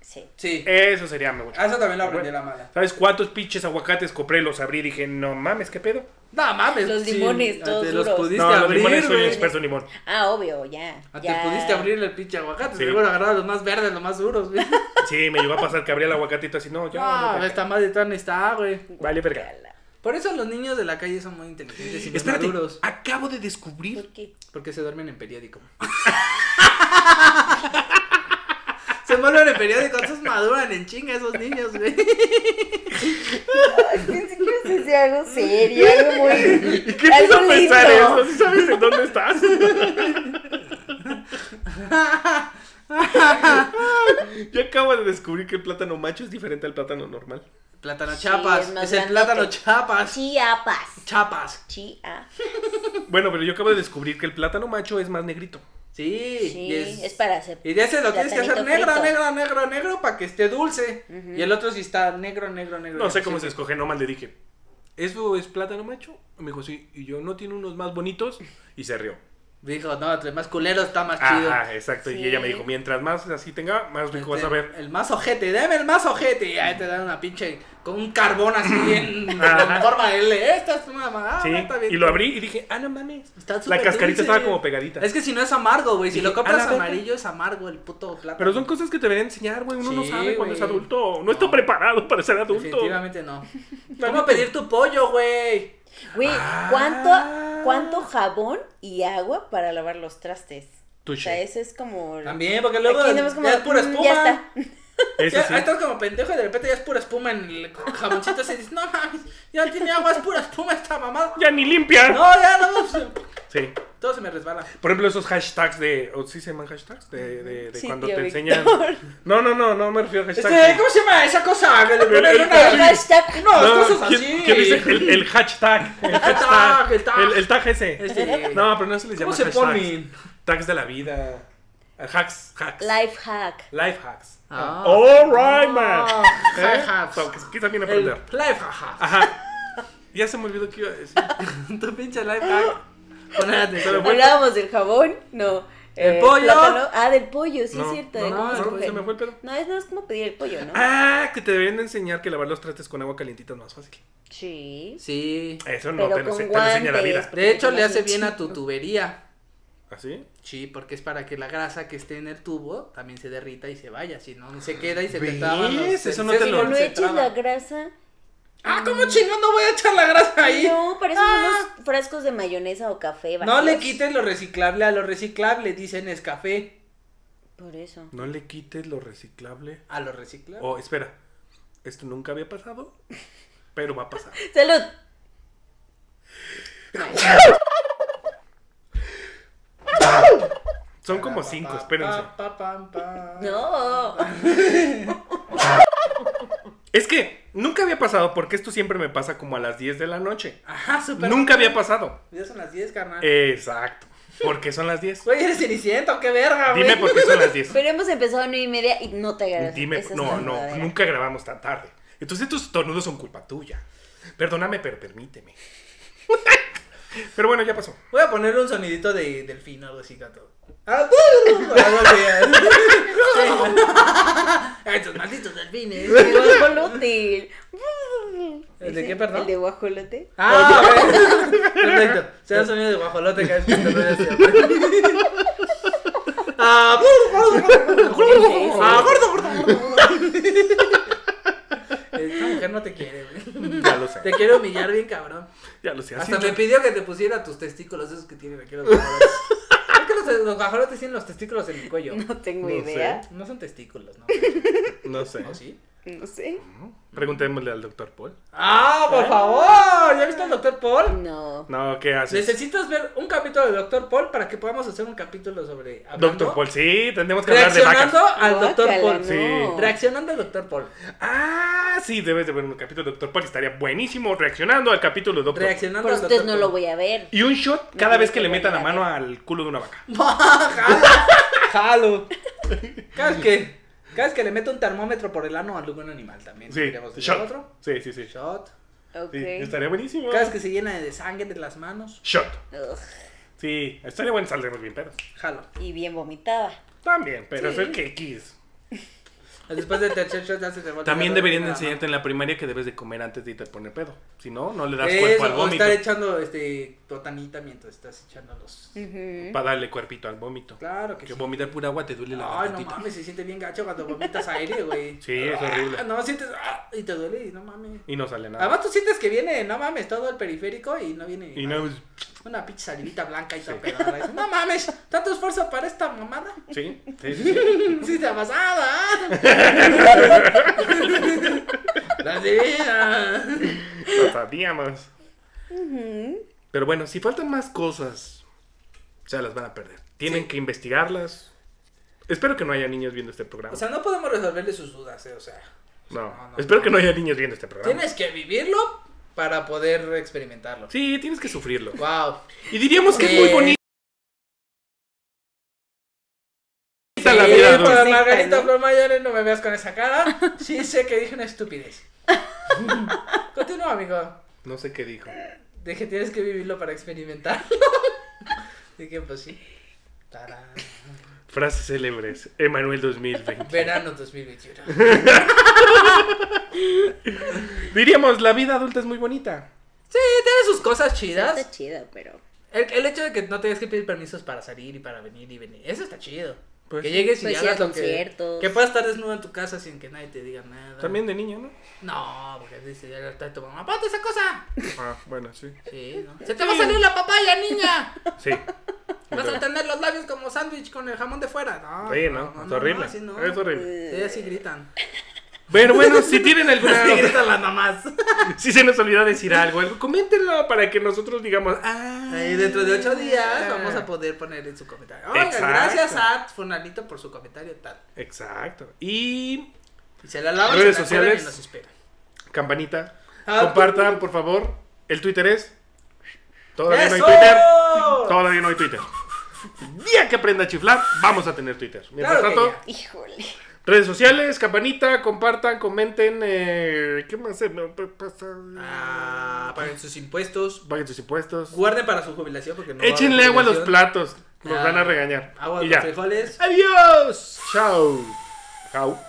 C: Sí.
A: Sí.
B: Eso sería mucho.
A: Ah, Eso también lo aprendí la mala.
B: ¿Sabes cuántos pinches aguacates compré? Los abrí y dije, no mames, ¿qué pedo?
A: No mames.
C: Los
A: sí, Ah,
C: limones, todos
A: Te los
C: duros.
A: pudiste
B: No, los
A: abrir.
B: limones soy
A: güey.
B: experto en limón.
C: Ah, obvio, ya.
A: Ah,
C: ya.
A: Te pudiste abrirle el pinche aguacate.
B: Sí.
A: Seguro agarrar los más verdes, los más duros.
B: <laughs>
A: güey.
B: Sí, me llegó a pasar que abría el aguacatito así, no, ya. no,
A: No,
B: verga.
A: Ah, esta madre tan está, güey.
B: Vale, verga.
C: Guacala.
A: Por eso los niños de la calle son muy inteligentes y muy
B: Espérate,
A: maduros.
B: acabo de
C: ¿Por
B: descubrir.
C: qué?
A: Porque se duermen en periódico. <laughs> se duermen en periódico, esos maduran en chinga esos niños, güey. <laughs>
C: Ay, pensé que ibas a decir algo serio, algo
A: <laughs>
B: <laughs>
C: muy.
B: ¿Y qué
C: Algo
B: te a pensar
C: lindo.
B: eso? ¿Sí ¿Sabes en dónde estás? <laughs> Yo acabo de descubrir que el plátano macho es diferente al plátano normal.
A: Plátano
C: Sí,
A: chapas.
C: es
A: Es,
C: más
A: el
C: grandote.
A: plátano chapas.
C: Chiapas.
A: Chapas.
C: Chia.
B: Bueno, pero yo acabo de descubrir que el plátano macho es más negrito.
A: Sí.
C: Sí,
A: y
C: es... para hacer.
A: Y de ese lo tienes que hacer
C: Platanito
A: negro,
C: frito.
A: negro, negro, negro para que esté dulce.
C: Ujú.
A: Y el otro sí está negro, negro, negro.
B: No sé
A: negro,
B: cómo se
A: sí.
B: escoge, nomás le dije. ¿Eso es plátano macho? Me dijo, sí. Y yo, ¿no tiene unos más bonitos? Y se <laughs> rió.
A: Dijo, no, entre más culero está más chido.
B: Ajá, Ah, exacto.
C: Sí.
B: Y ella me dijo, mientras más así tenga, más rico vas a
A: Este,
B: ver.
A: El más ojete, dame el más ojete. Y ahí te dan una pinche. Con un carbón así
B: <laughs>
A: bien.
B: Ajá.
A: con forma de L. Esta es una mamada.
B: Sí,
A: Ah, está bien.
B: y lo abrí y dije, ah, no mames.
A: Está
B: La
A: súper
B: cascarita
A: dulce.
B: estaba como pegadita.
A: Es que si no es amargo, güey. Si
B: Dije,
A: lo compras
B: "A la verga".
A: amarillo, es amargo el puto plátano.
B: Pero son cosas que te deberían enseñar, güey. Uno no
A: Sí,
B: sabe cuando es
A: güey.
B: adulto. No, está
A: No.
B: preparado para ser adulto.
A: Definitivamente
B: <laughs>
A: no. ¿Cómo pedir tu pollo, güey?
C: Güey,
B: Ah.
C: ¿cuánto, ¿cuánto jabón y agua para lavar los trastes? O sea,
B: Touché.
C: eso es como.
A: También, porque luego.
C: Aquí andamos como,
A: ya es pura
C: "Mm,
A: espuma.
C: Ya está.
B: Eso
A: Ya,
B: sí.
A: ahí estás como pendejo y de repente ya es pura espuma en el jamoncito. Así dices, no mames, ya tiene agua, es pura espuma esta
B: <laughs>
A: mamada.
B: Ya ni limpia.
A: No, ya no. se-
B: Sí.
A: Todo se me resbala.
B: Por ejemplo, esos hashtags de. ¿O sí se llaman hashtags? De, de, de
C: Sí,
B: cuando
C: tío
B: te
C: Víctor.
B: enseñan. No, no, no, no me refiero a hashtags.
A: Este, ¿Cómo se llama esa cosa? Que le ponen
B: El- el
A: una-
C: El <laughs> hashtag.
A: No,
B: No,
A: cosas
B: ¿quién-
A: así.
B: quién dice? El, el
A: <laughs>
B: hashtag. El
A: tag,
B: hashtag.
A: el tag.
B: El, el tag ese.
A: Este-
B: No, pero no se les
A: ¿Cómo
B: llama
A: se
B: hashtags.
A: ponen?
B: Tags de la vida. Hacks. Hacks.
C: Life hack.
B: Life hacks.
A: Ah.
B: All right, man.
A: Ah,
B: ¿Eh?
A: hacks.
B: So, que- que también
A: El
B: aprender.
A: life hack.
B: Ajá. Ya se me olvidó que iba a
A: <laughs>
B: decir.
A: Tu pinche life hack. Poner atención.
C: Hablábamos del jabón, no.
A: ¿El
C: eh,
A: pollo?
C: plátano. Ah, del pollo, sí
B: No,
C: es cierto.
B: no,
C: de cómo
A: no,
B: no,
C: escoger.
B: se me fue el pedo.
C: No, es no es como pedir el pollo, ¿no?
B: Ah, que te deberían de enseñar que lavar los trastes con agua calientita es más fácil.
C: Sí.
A: Sí.
B: Eso no,
C: Pero
B: te, lo,
C: con
B: se- te lo enseña la
C: guantes. pues.
B: vida.
A: De hecho, le hace bien a tu tubería.
B: ¿Así?
A: Sí, porque es para que la grasa que esté en el tubo también se derrita y se vaya. Si no, se queda y se te traban los-
B: ¿Ves? Eso no
A: se-
B: te
A: se-
B: lo-
A: se
C: Pero no eches
A: traba.
C: la grasa.
A: Ah, ¿cómo chingón no voy a echar la grasa ahí?
C: No, para eso
A: Ah.
C: son los frascos de mayonesa o café.
A: No
C: vacíos.
A: le quites lo reciclable a lo reciclable, dicen es café.
C: Por eso.
B: No le quites lo reciclable.
A: A lo
C: ¿Ah?
A: reciclable.
B: Oh, espera. Esto nunca había pasado, pero va a pasar.
C: Salud.
B: Son como cinco, espérense.
A: Pa, pa, pam, pam.
C: No.
B: Es que nunca había pasado porque esto siempre me pasa como a las 10 de la noche.
A: Ajá, super.
B: Nunca había pasado.
A: Ya son las 10, carnal.
B: Eh. Exacto. Porque son las 10.
A: Güey, eres ceniciento, qué
C: Ah,
A: verga, güey.
B: Dime por qué son las
C: <laughs>
B: 10.
C: Pero hemos empezado a 9 y media y no te agarras.
B: Dime,
C: Esa es la
B: no, no,
C: verdadera.
B: nunca grabamos tan tarde. Entonces estos tornudos son culpa tuya. Perdóname, pero permíteme. <laughs> pero bueno, ya pasó.
A: Voy a poner un sonidito de delfín o algo así, gato. Ah, <laughs> algo eh.
B: <laughs>
A: así. Estos malditos
B: <laughs>
A: delfines.
C: El guajolote.
A: ¿El de qué, perdón?
C: El de guajolote.
A: Ah, ok. <laughs> perfecto. Será el sonido de guajolote que es que te lo voy a
B: <laughs>
A: hacer. Ah, <laughs> Ah, gordo, gordo, gordo. gordo. Esta mujer no te quiere, güey.
B: Ya lo sé.
A: Te quiero humillar bien, cabrón.
B: Ya lo sé. así
A: Hasta me
B: no-
A: pidió que te pusiera tus testículos, esos que tienen aquí los
B: <laughs>
A: guajolotes. es que los, los guajolotes tienen los testículos en el cuello.
C: No tengo
B: No
C: idea.
A: No son testículos,
B: <laughs>
A: ¿no?
B: No sé.
A: ¿No sí?
C: No sé.
B: Preguntémosle al doctor Paul.
A: ¡Ah, por favor! ¿Ya viste al doctor Paul?
C: No.
B: No, ¿qué haces?
A: Necesitas ver un capítulo de Doctor Paul para que podamos hacer un capítulo sobre. hablando-
B: Doctor Paul, sí, tendremos que hablar de
A: Reaccionando
B: vacas.
A: al Doctor
C: Guácala,
A: Paul.
B: Sí.
A: Reaccionando al Doctor Paul.
B: Ah, sí, debes de ver un capítulo de Doctor Paul. Estaría buenísimo reaccionando al capítulo de Doctor Paul.
A: Reaccionando
C: Por
A: al Dr.
C: ustedes no
A: Paul.
C: lo voy a ver.
B: Y un shot cada
C: No,
B: vez
C: no
B: que le
C: voy a
B: metan la
C: ver.
B: mano al culo de una vaca. <laughs>
A: Jalo. Cada vez que, cada vez que le meto un termómetro por el ano a algún animal también.
B: Sí,
A: Queremos decir
B: shot.
A: otro.
B: Sí, sí, sí.
A: Shot.
C: Ok.
B: Sí, estaría buenísimo.
A: Cada vez que se llena de sangre de las manos.
B: Shot.
C: Ugh,
B: Sí, estaría bueno saldremos bien pedos.
A: Jalo.
C: y bien vomitaba.
B: También, pero
A: Sí.
B: es el que quis.
A: Después del tercer shot ya se te vuelve
B: También
A: la-
B: deberían de
A: la-
B: enseñarte en la primaria que debes de comer antes de irte a poner pedo. Si no, no le das
A: Eso,
B: cuerpo al
A: o
B: vómito.
A: estar echando este, totanita mientras estás echando los.
C: Mm. Ujú.
B: Para darle cuerpito al vómito.
A: Claro que
B: que
A: sí.
B: vomitar pura agua te duele la
A: Ay, no
B: gargantita.
A: mames, se siente bien gacho cuando vomitas aire, güey.
B: <laughs> Sí, es
A: Ah,
B: horrible.
A: No, sientes. ah, y te duele, y no mames.
B: Y no sale nada.
A: Además, tú sientes que viene, no mames, todo el periférico y no viene.
B: Y no...
A: Una pinche salivita blanca y toda pelada. Dices, No mames, tanto esfuerzo para esta
B: <laughs>
A: mamada.
B: Sí, sí,
A: <laughs>
B: sí, sí.
A: Sí, te ha pasado, ¿ah?
B: <laughs>
A: <laughs> La vida.
B: Lo sabíamos. Pero bueno, si faltan más cosas, se las van a perder. Tienen
A: Sí.
B: que investigarlas. Espero que no haya niños viendo este programa.
A: O sea, no podemos resolverle sus dudas, eh, o sea.
B: no.
A: no, no,
B: espero
A: no.
B: que no haya niños viendo este programa.
A: Tienes que vivirlo para poder experimentarlo.
B: Sí, tienes que sufrirlo.
A: Wow.
B: Y diríamos que es
A: Eh,
B: muy bonita la
A: Sí,
B: vida
A: pero
B: adulta.
A: Margarita
C: ¿no?
A: Flor Mayores, no me veas con esa cara. Sí sé que dije una
C: <laughs>
A: estupidez. Continúa, amigo.
B: No sé qué dijo.
A: De que tienes que vivirlo para experimentarlo. <laughs> De que, pues sí. Tarán.
B: Frases célebres. Emanuel 2020.
A: Verano 2021.
B: Diríamos, la vida adulta es muy bonita.
A: Sí, tiene sus cosas
C: Sí,
A: chidas.
C: Está chido, pero.
A: El, el hecho de que no tengas que pedir permisos para salir y para venir y venir, eso está chido.
B: Pues
A: que
B: sí.
A: llegues y
C: Pues ir a
A: hagas lo que,
C: conciertos.
A: que puedas estar desnudo en tu casa sin que nadie te diga nada.
B: También de niño, ¿no?
A: No, porque dice ya está tu mamá, ponte esa cosa.
B: Ah, bueno, sí.
A: Sí, ¿no? Se te va a salir la papaya,
B: <laughs>
A: niña.
B: Sí.
A: Vas a tener los labios como sándwich con el jamón de fuera. No,
B: Sí, ¿no? es horrible.
A: así no.
B: Es horrible.
A: Sí, así
B: <laughs>
A: gritan. <laughs>
B: Pero bueno, si tienen alguna...
A: Así gritan las mamás.
B: Si se nos olvidó decir algo, algo, coméntenlo para que nosotros digamos, ah,
A: Ahí dentro de ocho
C: Ah.
A: días vamos a poder poner en su comentario. Oigan,
B: Exacto.
A: gracias a Funalito por su comentario tal.
B: Exacto. Y
A: Y se la lavan,
B: Redes
A: se la cuelgan
B: sociales.
A: y nos esperan.
B: campanita,
A: Ah,
B: compartan, por favor. El Twitter es Todavía no
A: ¡Eso!
B: hay Twitter. Todavía no hay Twitter. Día que aprenda a chiflar, vamos a tener Twitter. Mientras
A: Claro que
B: tanto,
A: ya.
C: Híjole.
B: redes sociales, campanita, compartan, comenten, eh, ¿qué más se me pasa?
A: Ah, paguen sus impuestos.
B: Paguen sus impuestos.
A: Guarden para su jubilación porque no va a haber
B: Échenle agua a los
A: jubilación.
B: platos, nos
A: Ah.
B: van a regañar.
A: Agua a
B: y
A: los
B: ya.
A: frijoles.
B: Adiós. Chao. Chao.